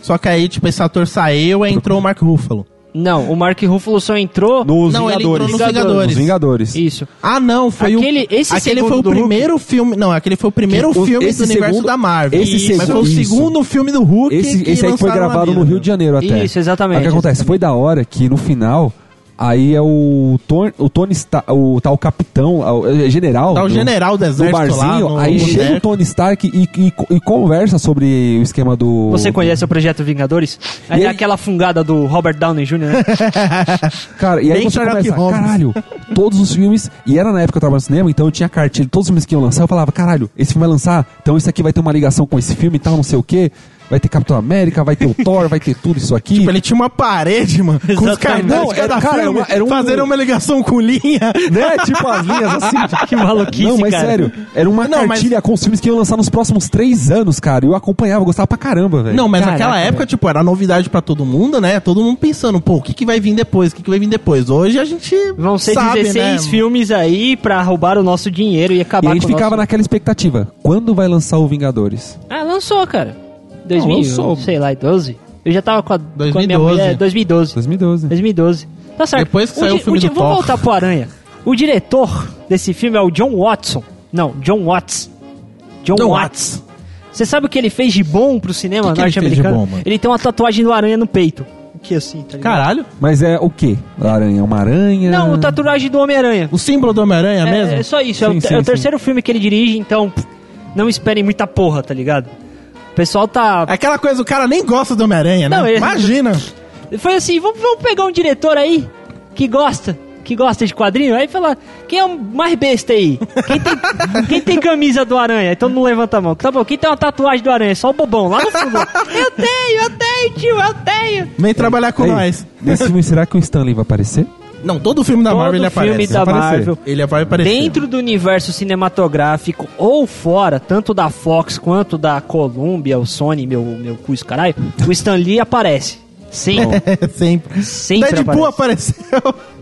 só que aí, tipo, esse ator saiu e entrou o Mark Ruffalo.
Não, o Mark Ruffalo só entrou.
Nos
Não, ele
Vingadores.
entrou nos Vingadores.
Nos Vingadores.
Isso.
Ah, não, foi
Aquele-
o...
esse
aquele
segundo
foi o
do Hulk?
primeiro filme... Não, aquele foi o primeiro
O-
filme
esse
do universo
segundo-
da Marvel.
esse
Mas foi o
segundo-
segundo filme do Hulk
Esse,
que
esse aí que foi
lançaram na
gravado no
vida.
Rio de Janeiro até.
Isso, exatamente,
Aí O que acontece?
exatamente.
Foi da hora que no final, aí é o Tony, o Tony Stark, o tal capitão, o é general.
Tá o
do-
general do
do
exército lá.
barzinho,
no-
aí
no
chega o
boteco.
Tony Stark e, e- e conversa sobre o esquema do.
Você conhece o projeto Vingadores? Aí
E
dá
aí-
aquela fungada do Robert Downey Jr., né?
Cara, e aí
Bem
você
Sherlock
começa,
Holmes.
caralho, todos os filmes, e era na época que eu trabalhava no cinema, então eu tinha cartilha, todos os filmes que iam lançar, eu falava, caralho, esse filme vai lançar, então isso aqui vai ter uma ligação com esse filme e tal, não sei o quê. vai ter Capitão América, vai ter o Thor, vai ter tudo isso aqui.
Tipo, Ele tinha uma parede, mano, com os
Exatamente.
cartões
Não,
de cada
era- cara,
filme,
era um-
fazendo uma ligação com linha.
né? Tipo as linhas assim.
Que maluquice,
Não, mas
cara.
sério, era uma
Não, mas-
cartilha com os filmes que iam lançar nos próximos três anos, cara. E eu acompanhava, eu gostava pra caramba, velho.
Não, mas
Caraca,
naquela época, tipo, era novidade pra todo mundo, né? Todo mundo pensando, pô, o que, que vai vir depois? O que, que vai vir depois? Hoje a gente
Vão ser
sabe,
16
né?
filmes aí pra roubar o nosso dinheiro e
E
acabar
a gente
com o
ficava
nosso...
naquela expectativa. Quando vai lançar o Vingadores?
Ah, lançou, cara. 2000,
lançou.
sei lá, 12. Eu já tava com a, com a minha
2012.
mulher... 2012.
2012.
2012. Tá certo.
Depois que saiu o
di-
filme
di-
do
Vamos
Thor.
voltar pro Aranha. O diretor desse filme é o John Watson. Não, John Watts. John,
John
Watts. Você sabe o que ele fez de bom pro cinema
O que que ele fez de
norte-americano?
bom, mano?
ele tem uma tatuagem do aranha no peito. Que assim, tá ligado?
Caralho.
Mas é o quê? Aranha? Uma aranha? É
Não, o
tá
tatuagem do Homem-Aranha.
O símbolo do Homem-Aranha
É,
é- mesmo?
é só isso. é
Sim,
o, te-
sim,
é o
sim.
terceiro filme que ele dirige, então pff, não esperem muita porra, tá ligado? O pessoal tá.
Aquela coisa, o cara nem gosta do Homem-Aranha, né?
Não, ele-
Imagina.
Foi assim, vamos, vamos pegar um diretor aí que gosta, que gosta de quadrinho, aí fala, quem é o mais besta aí? Quem tem, quem tem camisa do aranha? Então não levanta a mão. Tá bom, quem tem uma tatuagem do aranha? Só o bobão, lá no fundo. eu tenho, eu tenho, tio, eu tenho.
Vem trabalhar com
Ei,
nós.
Nesse filme, será que o Stanley vai aparecer?
Não, todo filme da
Todo
Marvel ele
filme
aparece.
da
vai aparecer.
Marvel.
Ele vai aparecer.
Dentro do universo cinematográfico ou fora, tanto da Fox quanto da Columbia, o Sony, meu, meu cu, esse caralho, o Stan Lee aparece. Sim.
É, sempre.
Sempre
Deadpool apareceu.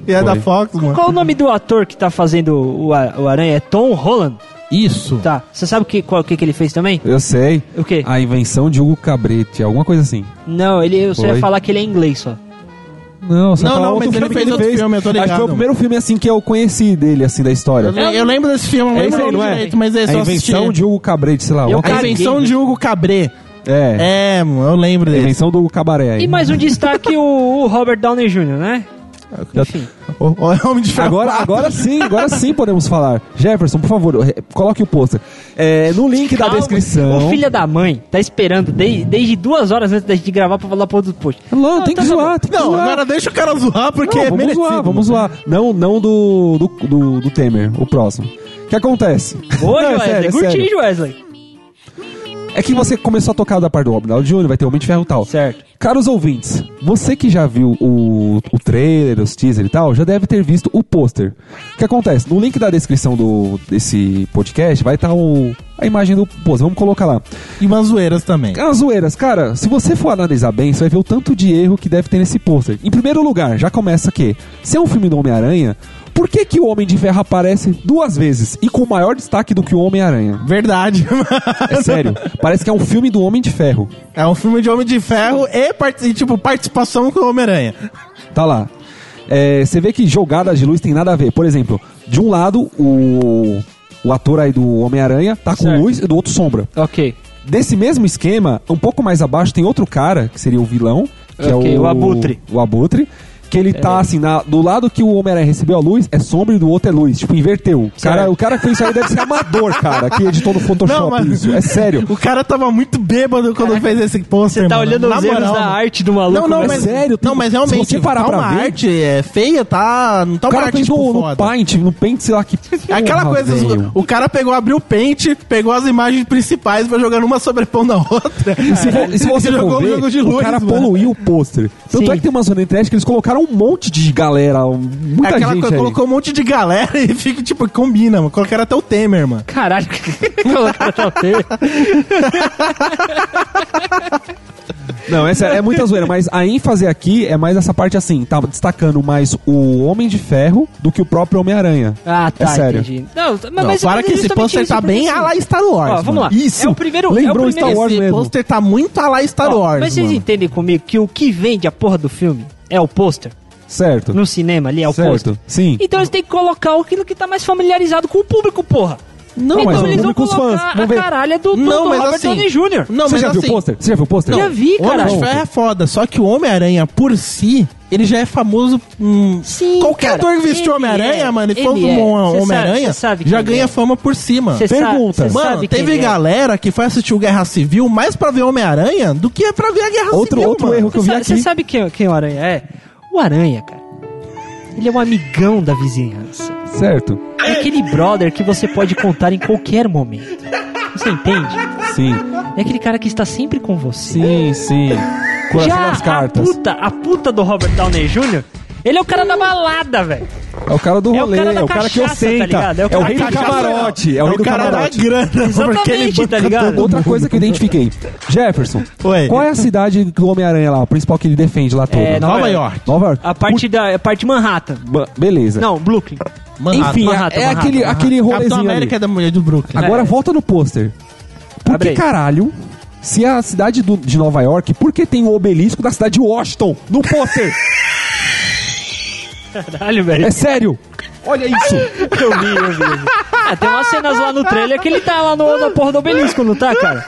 E é da Fox, mano.
Qual o nome do ator que tá fazendo o, a- o Aranha? É Tom Holland?
Isso. Ah,
Tá. Você sabe o que, qual, o que, que ele fez também?
Eu sei.
O quê?
A invenção de Hugo Cabrete, alguma coisa assim.
Não, ele, eu só ia
Foi.
falar que ele é inglês só.
Não, você
Não,
fala
não,
outro
mas ele
filme
fez
que
outro filme, eu tô
Acho que
ligado.
foi o primeiro filme assim que eu conheci dele, assim, da história.
Eu, le- eu lembro desse filme, eu não
É
lembro
isso aí,
o
não
nome
é?
direito, mas é
a
só
invenção
assistir.
de Hugo Cabrete, sei lá.
Eu
uma
A
coisa-
caguei,
invenção
né?
de Hugo Cabré.
É,
É, mano, eu lembro
a
dele.
invenção do Hugo Cabaré. aí.
E mais um destaque, o, o Robert Downey Jr., né?
Ah,
Enfim.
O, o Homem de Ferro
Agora,
quatro.
agora sim, agora sim podemos falar. Jefferson, por favor, re- coloque o pôster. É, no link da
Calma, O
descrição.
filho da mãe tá esperando de- desde duas horas antes da gente gravar pra falar pro outro post.
Não, tem que
então tá
zoar, tem que
Não,
zoar.
agora deixa o cara zoar, porque
Não,
é
vamos
merecido.
zoar, vamos zoar. Não, não do, do, do, do Temer, o próximo. O que acontece?
Ô,
Não, é
Wesley,
sério, é sério.
curtinho, Wesley.
É que você começou a tocar da parte do Robert Downey Jr., vai ter Homem de Ferro e tal.
Certo.
Caros ouvintes, você que já viu o, o trailer, os teaser e tal, já deve ter visto o pôster. O que acontece? No link da descrição do, desse podcast vai estar o a imagem do pôster. Vamos colocar lá.
E umas zoeiras também.
As zoeiras, cara, se você for analisar bem, você vai ver o tanto de erro que deve ter nesse pôster. Em primeiro lugar, já começa que, se é um filme do Homem-Aranha, por que, que o Homem de Ferro aparece duas vezes e com maior destaque do que o Homem-Aranha?
Verdade.
É sério, parece que é um filme do Homem de Ferro.
É um filme de Homem de Ferro e, parti- e, tipo, participação com o Homem-Aranha.
Tá lá. É, você vê que jogadas de luz tem nada a ver. Por exemplo, de um lado, o, o ator aí do Homem-Aranha tá com
Certo.
luz e do outro sombra.
Ok.
Desse mesmo esquema, um pouco mais abaixo, tem outro cara, que seria o vilão, que
Ok,
é o,
o Abutre.
O Abutre. Que ele
É.
tá assim, na- do lado que o Homem-Aranha recebeu a luz, é sombra e do outro é luz. Tipo, inverteu. O cara, o cara que fez isso aí deve ser amador, cara, que editou no Photoshop
Não, mas-
isso. É sério.
O cara tava muito bêbado quando fez esse pôster,
Você tá
mano.
olhando
Na
os erros
moral,
da
mano.
arte do maluco.
Não, não,
né?
é
mas,
sério, tem-
não, mas realmente,
se você parar
tá
pra
uma
ver-
arte é, feia, tá... Não tá
O
uma
cara
arte,
fez
tipo,
no, no
foda.
Paint, no Paint, sei lá que...
É Aquela
Porra,
coisa,
velho.
o cara pegou, abriu o pente, pegou as imagens principais, foi jogando uma sobrepondo a outra.
E se, vo- e se você
Ele
for
jogou um
ver,
jogo de
o
luz,
cara
mano. É
poluiu o pôster. Tanto
Sim.
é que tem uma zona internet que eles colocaram um monte de galera, um- muita
Aquela
gente
coisa,
aí.
colocou um monte de galera e fica, tipo, combina, mano. Colocaram até o Temer, mano.
Caralho, colocaram até o Temer.
Não, essa é muita zoeira, mas a ênfase aqui é mais essa parte assim, tá destacando mais o Homem de Ferro do que o próprio Homem-Aranha.
Ah, tá,
É sério.
entendi. Não, mas-
Não,
mas
para que esse
justamente
pôster
isso,
tá
porque
bem
assim-
a lá Star Wars.
Ó, vamos
mano.
lá.
Isso.
É o primeiro,
Lembrou
é o primeiro
Star Wars
Esse
mesmo.
pôster tá muito a lá Star
Ó,
Wars,
Mas vocês
mano.
entendem comigo que o que vende a porra do filme é o pôster?
Certo.
No cinema ali é o
certo.
pôster?
Sim.
Então eles têm que colocar aquilo que tá mais familiarizado com o público, porra.
Não,
então
mas
eles vão
vamos com os
colocar
fãs.
a
Vamos ver.
caralha do, do,
Não,
do
mas
Robert
assim-
Downey Jr.
Não,
Você
mas
já viu
assim-
o pôster? Você já viu o pôster?
Já vi, cara.
Homem de Ferro é foda, só que o Homem-Aranha por si, ele já é famoso. hum,
Sim,
Qualquer
cara,
ator que
ele
vestiu Homem-Aranha,
é,
mano, e
ele
fã do
é.
Mo-
Cê sabe-
Homem-Aranha,
cê sabe
já
quem
ganha
é.
fama por cima.
Cê sabe-
Pergunta.
cê
Mano,
sabe quem
teve
é.
galera que foi assistir o Guerra Civil mais pra ver Homem-Aranha do que pra ver a Guerra
Outro-
Civil.
outro
mano.
erro que eu vi
Sabe-
aqui.
Você sabe quem, quem o Aranha é? O Aranha, cara. Ele é um amigão da vizinhança.
Certo.
É aquele brother que você pode contar em qualquer momento. Você entende?
Sim.
é aquele cara que está sempre com você.
Sim, sim. Coração
Já
das cartas.
a puta, a puta do Robert Downey Jr., ele é o cara da balada, velho.
É o cara do
É o
rolê, é o
cara
cara,
da
que
cachaça, tá
ostenta.
ligado?
é, o rei
da
do
cachaça.
camarote. É o
É
rei
o
do
cara da
camarote.
grana. porque ele
Exatamente, tá
banca
ligado?
Outra coisa que eu identifiquei. Jefferson,
Oi.
qual é a cidade do Homem-Aranha lá, o principal que ele defende lá todo?
É,
Nova,
Nova
York.
Nova York.
A parte da a parte de Manhattan.
Ba- Beleza.
Não, Brooklyn.
Manhattan.
Enfim, é-
Manhattan,
é
Manhattan,
aquele,
Manhattan.
aquele
Capitão
rolezinho ali.
América é da mulher do Brooklyn.
Agora
É.
volta no pôster. Por
Abre
que
aí.
caralho, se a cidade do- de Nova York, por que tem o obelisco da cidade de Washington no pôster?
Caralho, velho.
é sério. Olha isso.
Eu vi, eu vi, eu vi. Ah, tem umas cenas lá no trailer que ele tá lá no, na porra do obelisco, não tá, cara?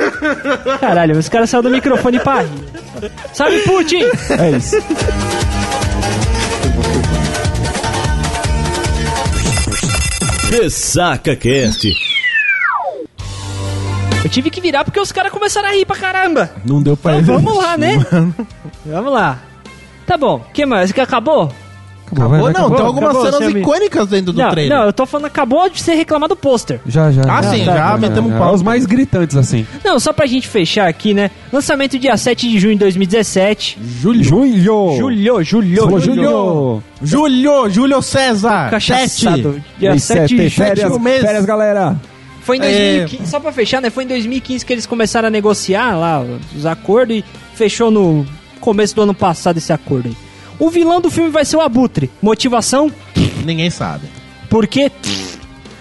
Caralho, esse cara saiu do microfone pra rir. Sabe, Putin?
É isso.
Ressaca Cast.
Eu tive que virar porque os caras começaram a rir pra caramba.
Não deu pra
Então
ele.
vamos lá, né? Vamos lá. Tá bom, que mais? Que acabou?
Acabou, vai,
Ou
vai,
não,
acabou.
tem algumas
acabou,
cenas
seu amigo.
icônicas dentro do
não,
trailer.
não, eu tô falando, acabou de ser reclamado do pôster.
Já, já.
Ah, sim, já metemos pau.
Os mais gritantes, assim.
Não, só pra gente fechar aqui, né? Lançamento dia 7 de junho de 2017.
Julho. Julho.
Julho, julho,
Falou,
julho.
Julho.
Júlio, Júlio César.
Cachaçado.
Sete.
Dia
Mês
7
sete,
de junho.
férias,
um mês.
férias, galera.
Foi em
É.
2015, só pra fechar, né? Foi em 2015 que eles começaram a negociar lá os acordos e fechou no começo do ano passado esse acordo aí. O vilão do filme vai ser o Abutre. Motivação?
Ninguém sabe.
Porque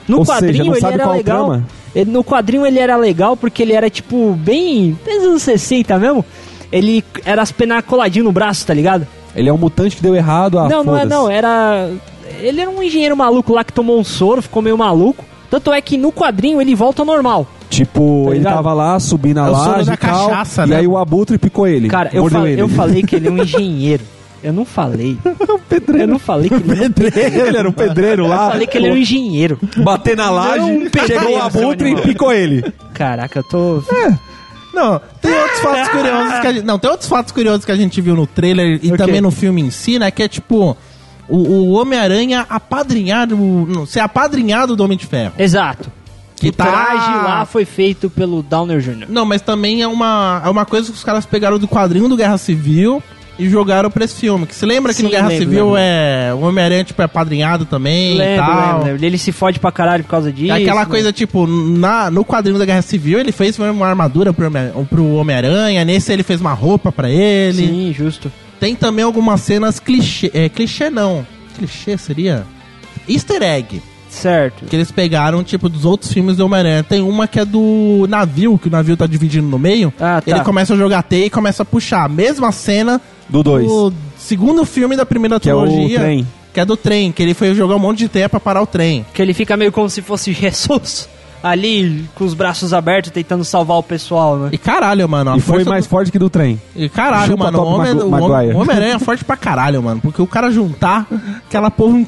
no
Ou seja,
quadrinho
não
ele
sabe
era
qual
legal.
trama?
Ele- no quadrinho ele era legal porque ele era tipo bem, desde os anos 60 mesmo. Ele era as penas coladinho no braço, tá ligado?
Ele é um mutante que deu errado. Ah,
não, não é
foda-se.
não, era ele era um engenheiro maluco lá que tomou um soro, ficou meio maluco. Tanto é que no quadrinho ele volta ao normal.
Tipo,
Tá
ele
ligado?
tava lá, subindo a
É o soro
laje
da
e tal,
cachaça,
e
né?
aí o abutre picou ele.
Cara, eu,
mordeu
fal-
ele.
eu falei que ele é um engenheiro. Eu não falei. Eu não falei que ele, é
ele era um pedreiro
eu
lá.
falei que ele é um engenheiro.
Bater na laje,
Não, um pedreiro,
chegou o abutre
seu
e
animal.
picou ele.
Caraca, eu tô.
É. Não, tem outros fatos curiosos que a gente, não, tem outros fatos curiosos que a gente viu no trailer e
Ok.
também no filme em si, né, que é tipo o, o Homem-Aranha apadrinhado, não, ser apadrinhado do Homem de Ferro.
Exato.
Que
o traje
tá-
lá foi feito pelo Downer Jr.
Não, mas também é uma, é uma coisa que os caras pegaram do quadrinho do Guerra Civil e jogaram pra esse filme. Que se lembra que no
Sim,
Guerra
lembro,
Civil
lembro.
é o Homem-Aranha tipo é apadrinhado também e
Lembro,
tal.
lembro, lembro. Ele se fode pra caralho por causa disso.
É Aquela
né?
coisa, tipo, na, no quadrinho da Guerra Civil ele fez uma armadura pro Homem- pro Homem-Aranha, nesse ele fez uma roupa pra ele.
Sim, justo.
Tem também algumas cenas clichê. É, clichê não. Clichê seria? Easter egg.
Certo.
Que eles pegaram, tipo, dos outros filmes do Homem-Aranha. Tem uma que é do navio, que o navio tá dividindo no meio.
Ah, tá.
Ele começa a jogar teia e começa a puxar. A mesma cena
Do dois.
do segundo filme da primeira
Que é o
trilogia.
trem.
Que é do trem, que ele foi jogar um monte de teia pra parar o trem.
Que ele fica meio como se fosse Jesus. Ali, com os braços abertos, tentando salvar o pessoal, né?
E caralho, mano. a
E foi
força
mais
do-
forte que do trem.
E caralho,
Chupa,
mano. O
Tobey
homem-
Magu-
o homem-
Maguire.
o Homem-Aranha é forte pra caralho, mano. Porque o cara juntar aquela porra um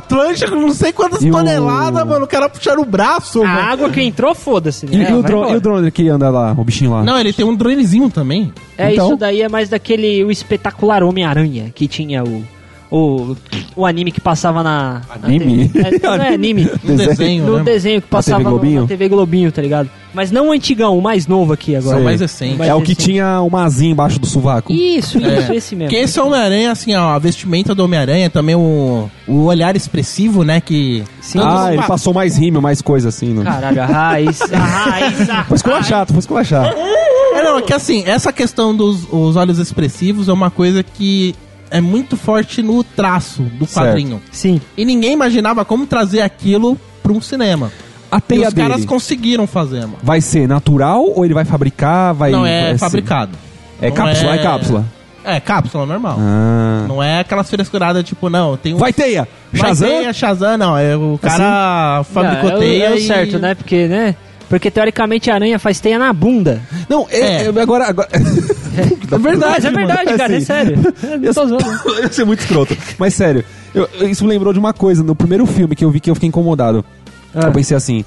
transatlântico, não sei quantas
E o-
toneladas, mano. O cara puxar o braço,
A
mano.
água que entrou, foda-se. Né?
E, e
Ela
o
vai
dro- e
embora.
o drone que anda lá, o bichinho lá?
Não, ele tem um dronezinho também.
É,
Então-
isso daí é mais daquele o espetacular Homem-Aranha que tinha o, o. O anime que passava na. na
Anime?
TV. É, não é anime.
Um
Desenho.
desenho,
No
né?
desenho que passava no-
TV Globinho?
na TV Globinho, tá ligado? Mas não o antigão, o mais novo aqui agora.
Só
Sei.
mais recente.
Mas
É o que
assim-
tinha uma asinha embaixo do sovaco.
Isso, isso,
É.
esse mesmo.
Porque esse Homem-Aranha, assim, ó, a vestimenta do Homem-Aranha, também o, o olhar expressivo, né? Que.
Sim.
Ah,
Não,
ele
pa-
passou mais rímel, mais coisa assim. Né?
Caralho, a raiz, a raiz, a
Foi esculachado, foi esculachado.
É, não, é que assim, essa questão dos os olhos expressivos é uma coisa que é muito forte no traço do
Certo.
quadrinho.
Sim,
E ninguém imaginava como trazer aquilo pra um cinema.
A
E
teia
os caras
dele
conseguiram fazer, mano.
vai ser natural ou ele vai fabricar? Vai,
não é
vai ser-
fabricado.
assim. É
Não
cápsula, é, cápsula.
É, cápsula normal.
Ah.
Não é aquelas frescuradas, tipo, não, tem um...
Vai teia!
Vai
Shazam? Assim?
teia, Shazam, não. É, o cara
Não,
fabricoteia
é, o- é o
e...
certo, né? Porque, né? Porque teoricamente a aranha faz teia na bunda.
Não, é,
É.
é, agora... agora...
É
Tá,
verdade,
Mas é verdade,
mano,
cara, é
assim.
sério. Eu não tô Tá zoando.
Eu ia ser muito escroto. Mas sério, eu- eu- isso me lembrou de uma coisa. No primeiro filme que eu vi que eu fiquei incomodado.
Ah.
Eu pensei assim...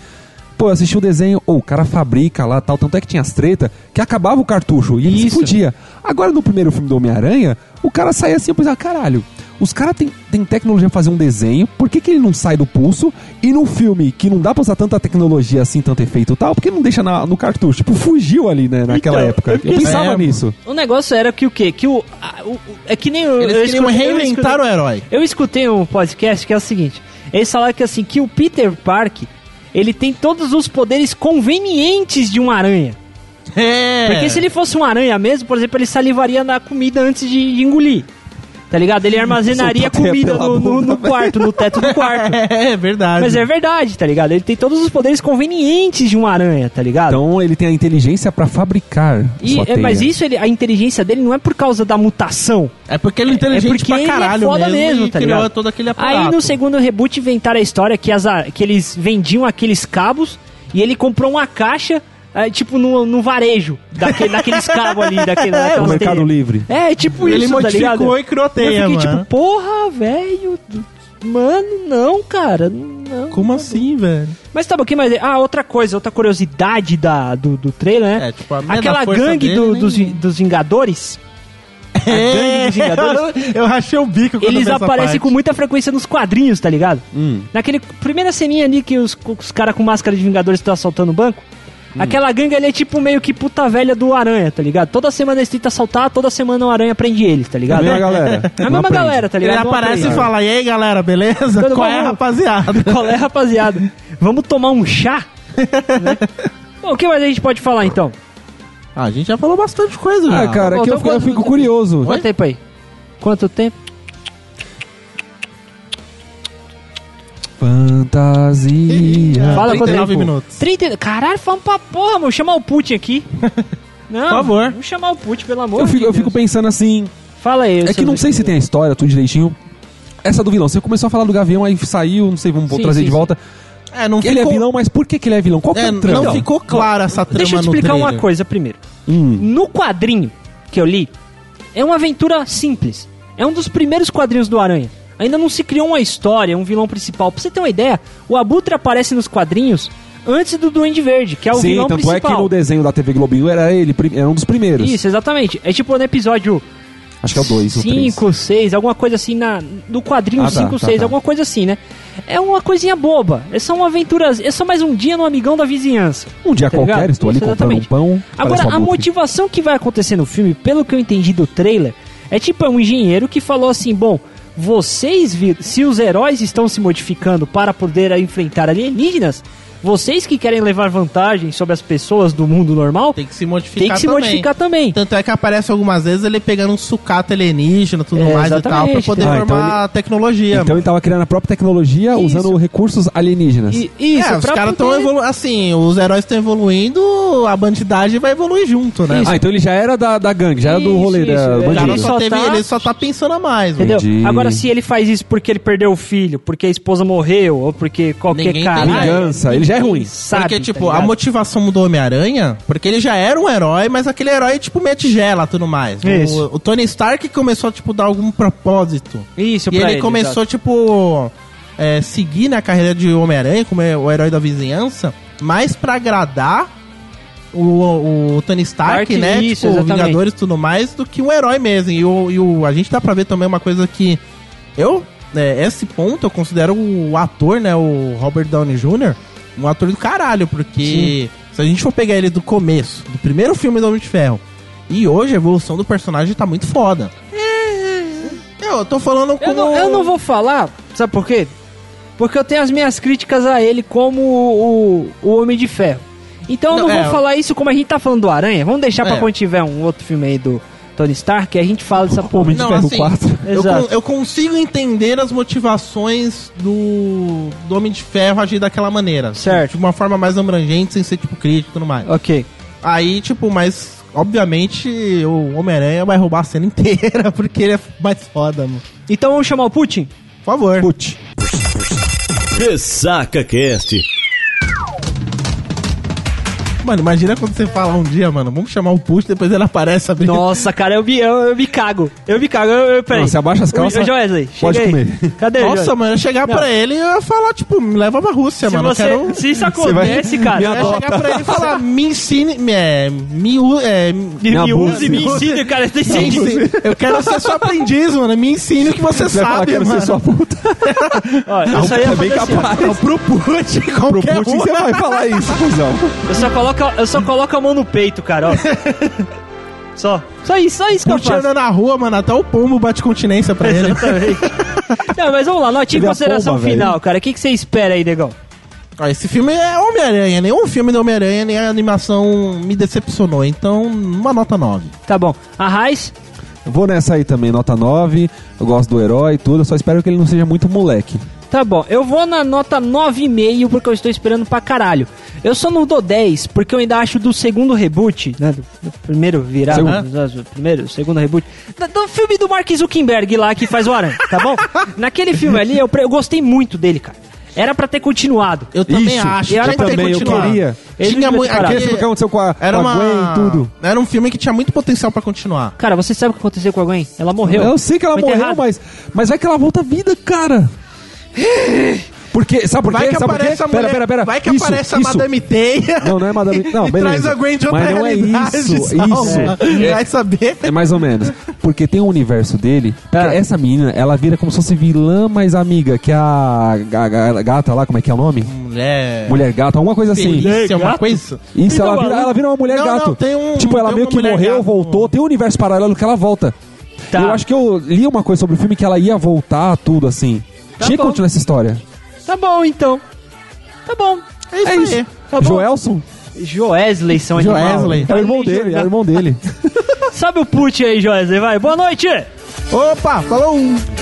Pô, eu assisti o desenho, ou o cara fabrica lá tal, tanto é que tinha as treta que acabava o cartucho e ele
Isso.
explodia. Agora no primeiro filme do Homem-Aranha, o cara saía assim, eu pensava, caralho, Os caras têm têm tecnologia pra fazer um desenho, por que, que ele não sai do pulso? E num filme que não dá pra usar tanta tecnologia assim, tanto efeito e tal, por que não deixa na- no cartucho? Tipo, fugiu ali, né, naquela
Então,
época. Eu
eu-
pensava
É,
nisso.
O negócio era que o quê? Que o. a- o- o- é que nem o.
Eles
eu
queriam
escutei- eu
reinventar o herói.
Eu escutei um podcast que é o seguinte: eles falaram que assim, que o Peter Park ele tem todos os poderes convenientes de uma aranha.
É.
Porque se ele fosse uma aranha mesmo, por exemplo, ele salivaria na comida antes de, de engolir. Tá ligado? Ele armazenaria
Soltar
comida
pela
no, no-
bunda,
no quarto, no teto do quarto.
É, é verdade.
Mas é verdade, tá ligado? Ele tem todos os poderes convenientes de uma aranha, tá ligado?
Então ele tem a inteligência pra fabricar
E-
sua
é,
teia.
mas isso, ele- a inteligência dele não é por causa da mutação.
É porque ele é inteligente
é porque
pra
ele é
caralho
foda
mesmo,
mesmo,
e
tá
criou
ligado?
todo aquele aparato.
Aí no segundo reboot inventaram a história que, as, a- que eles vendiam aqueles cabos e ele comprou uma caixa, eh, tipo, no, no varejo, daquele, daqueles cabos ali, daquele
É o Mercado Livre.
É, tipo
ele
isso, tá
modificou
ligado?
e criou
Eu
teia,
fiquei
mano.
tipo, porra, velho. d- Mano, não, cara. Não.
Como assim, velho?
Mas tá bom, que mais? Ah, outra coisa, outra curiosidade da, do, do trailer, né?
É, tipo, a merda
Aquela
força
gangue
dele
do-
nem-
dos, vi- dos Vingadores. A gangue dos Vingadores.
É, eu, eu rachei o bico quando
Eles
vi essa
aparecem
parte. Hum.
com muita frequência nos quadrinhos, tá ligado? Naquele primeira ceninha ali que os, os caras com máscara de Vingadores estão assaltando o banco.
Hum.
Aquela gangue ali é tipo meio que puta velha do Aranha, tá ligado? Toda semana eles tentam assaltar, toda semana o Aranha prende eles, tá
É a
ligado?
mesma galera.
É a
Não
mesma
aprende.
galera, tá
Ele
ligado? Não
aparece e
aprende.
fala, e aí, galera, beleza?
Todo
Qual
mundo-
é, rapaziada?
Qual é, rapaziada? Vamos tomar um chá? Né? Bom, o que mais a gente pode falar então?
Ah, a gente já falou bastante coisa,
Ah,
já.
cara,
Bom,
que eu,
então
fico- eu
quanto-
fico curioso.
Quanto tempo aí? Quanto tempo?
Fantasia.
Fala quanto
39
tempo.
minutos.
30... Caralho, fala pra porra, mano. Vou chamar o Putin aqui. Não,
Por favor.
Vamos chamar o Putin, pelo amor
Eu fico,
de
eu fico
Deus.
pensando assim,
Fala aí.
É que não sei se tem a história, tudo direitinho. Essa do vilão. Você começou a falar do Gavião, aí saiu, não sei, vamos
Sim,
trazer
sim,
de
sim.
volta.
É, não
Ele é
ficou-
vilão, mas por que, que ele é vilão? Qual que é,
É,
o trama?
não ficou clara essa trama
Então, Deixa eu te
no
explicar uma
trailer.
coisa primeiro.
Hum.
No quadrinho que eu li, é uma aventura simples. É um dos primeiros quadrinhos do Aranha. Ainda não se criou uma história, um vilão principal. Pra você ter uma ideia, o Abutre aparece nos quadrinhos antes do Duende Verde, que é o
Sim,
vilão
tanto
principal.
é que no desenho da TV Globinho era ele, prim- era um dos primeiros.
Isso, exatamente. É tipo no episódio
Acho que é o 2, o 3.
5, 6, alguma coisa assim, na, no quadrinho
Ah, tá,
5,
tá,
6,
tá.
alguma coisa assim, né? É uma coisinha boba. É só uma aventura. É só mais um dia no amigão da vizinhança.
Um dia
Tá
qualquer,
ligado?
estou ali
Isso,
comprando um
exatamente.
pão.
Agora,
parece um
a
abutre.
motivação que vai acontecer no filme, pelo que eu entendi do trailer, é tipo é um engenheiro que falou assim: bom, vocês, vi- se os heróis estão se modificando para poder enfrentar alienígenas, vocês que querem levar vantagem sobre as pessoas do mundo normal, tem
Tem
que,
que se modificar
se
também.
modificar também.
Tanto é que aparece algumas vezes ele pegando um sucata alienígena tudo
É,
mais e tal, pra
exatamente.
poder
Ah, então
formar a tecnologia.
Então ele tava criando a própria tecnologia
Isso.
usando recursos alienígenas.
E- isso,
é, os
pra
caras estão
poder-
evoluindo. Assim, os heróis estão evoluindo, a bandidagem vai evoluir junto, né?
Ah, então ele já era da, da gangue, já era do
Isso,
rolê
isso,
da
é.
O cara
bandido.
ele
só
só
teve-
tá-
ele só tá pensando a mais, mano.
Entendeu?
Entendi.
Agora, se ele faz isso porque ele perdeu o filho, porque a esposa morreu, ou porque qualquer
Ninguém tem
cara.
Vingança, ele já é ruim.
Sabe,
porque, tipo,
tá
a
ligado?
motivação do Homem-Aranha, porque ele já era um herói, mas aquele herói, tipo, meia tigela e tudo mais.
Isso.
O, o Tony Stark começou, tipo, dar algum propósito.
Isso,
E
pra
ele, começou, tipo, é, seguir na carreira de Homem-Aranha, como é o herói da vizinhança, mais pra agradar o, o Tony Stark,
Stark,
né?
isso,
tipo,
exatamente.
Vingadores e tudo mais, do que um herói mesmo. E, o, e o- a gente dá pra ver também uma coisa que eu, é, esse ponto, eu considero o ator, né? O Robert Downey Jr., um ator do caralho, porque se a gente for pegar ele do começo, do primeiro filme do Homem de Ferro, e hoje a evolução do personagem tá muito foda. Eu tô falando como...
Eu não, eu não vou falar, sabe por quê? Porque eu tenho as minhas críticas a ele como o, o, o Homem de Ferro. Então eu não
Não, é,
vou falar isso como a gente tá falando do Aranha. Vamos deixar pra
É.
quando tiver um outro filme aí do Tony Stark, a gente fala dessa porra.
Homem de
Não,
Ferro
assim,
4.
Eu,
Exato.
con- eu consigo entender as motivações do, do Homem de Ferro agir daquela maneira.
Certo.
De uma forma mais abrangente, sem ser, tipo, crítico e tudo mais.
Ok.
Aí, tipo, mas... Obviamente, o Homem-Aranha vai roubar a cena inteira, porque ele é mais foda, mano.
Então vamos chamar o Putin?
Por favor.
Putz.
Ressaca Cast.
Mano, imagina quando você fala um dia, mano, vamos chamar o Push, depois ele aparece abrindo.
Nossa, cara, eu me, eu, eu me cago. Eu me cago. Eu, eu, peraí.
Não, você abaixa as calças,
Ô, Ô, Joesley, chega
pode
aí.
comer.
Cadê
Nossa,
Joesley?
mano, eu ia chegar
Não.
pra ele e eu ia falar, tipo, me leva pra Rússia,
Se,
mano.
você,
eu quero...
se isso
vai-
acontece, cara.
Me
Eu ia chegar pra ele e falar, me ensine. Me, é, me, u- é, me,
Me,
Me
me
abusa.
use, me ensine, cara. Você
me
entende?
ensine. Eu quero ser seu aprendiz, mano. Me ensine o que você,
Você vai falar
sabe,
que eu
mano.
ser sua puta.
Ó, eu só ia
É bem
fazer assim, ó.
capaz.
Pro Putin,
Pro
qualquer
Putin você
uma.
vai falar isso, cuzão.
Eu só coloco, eu só coloco a mão no peito, cara, ó. Só. Só isso, só isso que eu
é
Putin
faço.
anda tá na rua, mano, até o pombo bate continência pra ele.
Exatamente. Não, mas vamos lá, notinha em
Ele é
consideração
pomba,
final, cara. O que, que você espera aí, negão?
Ó, esse filme é Homem-Aranha, nenhum filme do Homem-Aranha, nem a animação me decepcionou, então uma nota 9.
Tá bom. A Raiz,
Vou nessa aí também, nota 9. Eu gosto do herói e tudo. Eu só espero que ele não seja muito moleque.
Tá bom, eu vou na nota 9,5 porque eu estou esperando pra caralho. Eu só não dou 10 porque eu ainda acho do segundo reboot, né? Do, do primeiro virar.
Segundo.
do- do primeiro, segundo reboot. da- Do, filme do Mark Zuckerberg lá que faz o Aranha, tá bom? Naquele filme ali eu, pre- eu gostei muito dele, cara. Era pra ter continuado.
Eu também
Isso,
acho.
eu
tinha que ter
também, eu
continuado.
queria.
Ele
Tinha
devia
muito.
ter parado.
Porque isso que é um aconteceu com a,
Tá. Era
com a
uma.
Gwen e tudo.
Era um filme que tinha muito potencial pra continuar.
Cara, você sabe o que aconteceu com a Gwen? Ela morreu.
Eu sei que ela
Foi
morreu,
enterrada.
mas, mas vai que ela volta à vida, cara. Porque, sabe por quê?
Vai que
sabe por quê?
aparece a mulher.
Pera, pera, pera.
Vai que
Isso,
aparece a
isso.
Madame Teia.
Não, não é Madame- não,
e
beleza.
traz a Gwen de outra
Mas não é
realidade,
isso,
sabe?
isso.
É. Vai saber.
É mais ou menos. Porque tem um universo dele. porque
Ah.
É.
Essa menina, ela vira como se fosse vilã mais amiga, que é a, a- a gata lá, como é que é o nome?
Mulher.
Mulher gata, alguma coisa assim.
Delícia,
Mulher
uma
gato.
coisa.
Isso,
Então,
ela vira,
ela-
ela vira uma mulher
Não, não,
gato.
tem um-
tipo, ela
tem
meio
uma
que
mulher
morreu,
gato.
voltou. Tem um universo paralelo que ela volta.
Tá.
Eu acho que eu li uma coisa sobre o filme que ela ia voltar, tudo assim.
Tá
Tinha que
bom.
continuar essa história.
Tá bom, então. Tá bom.
É isso,
É isso.
aí.
Tá bom.
Joelson?
Joesley são
Joesley.
É o irmão dele, é o irmão dele.
Sabe o put aí, Joesley, vai. Boa noite!
Opa, falou um.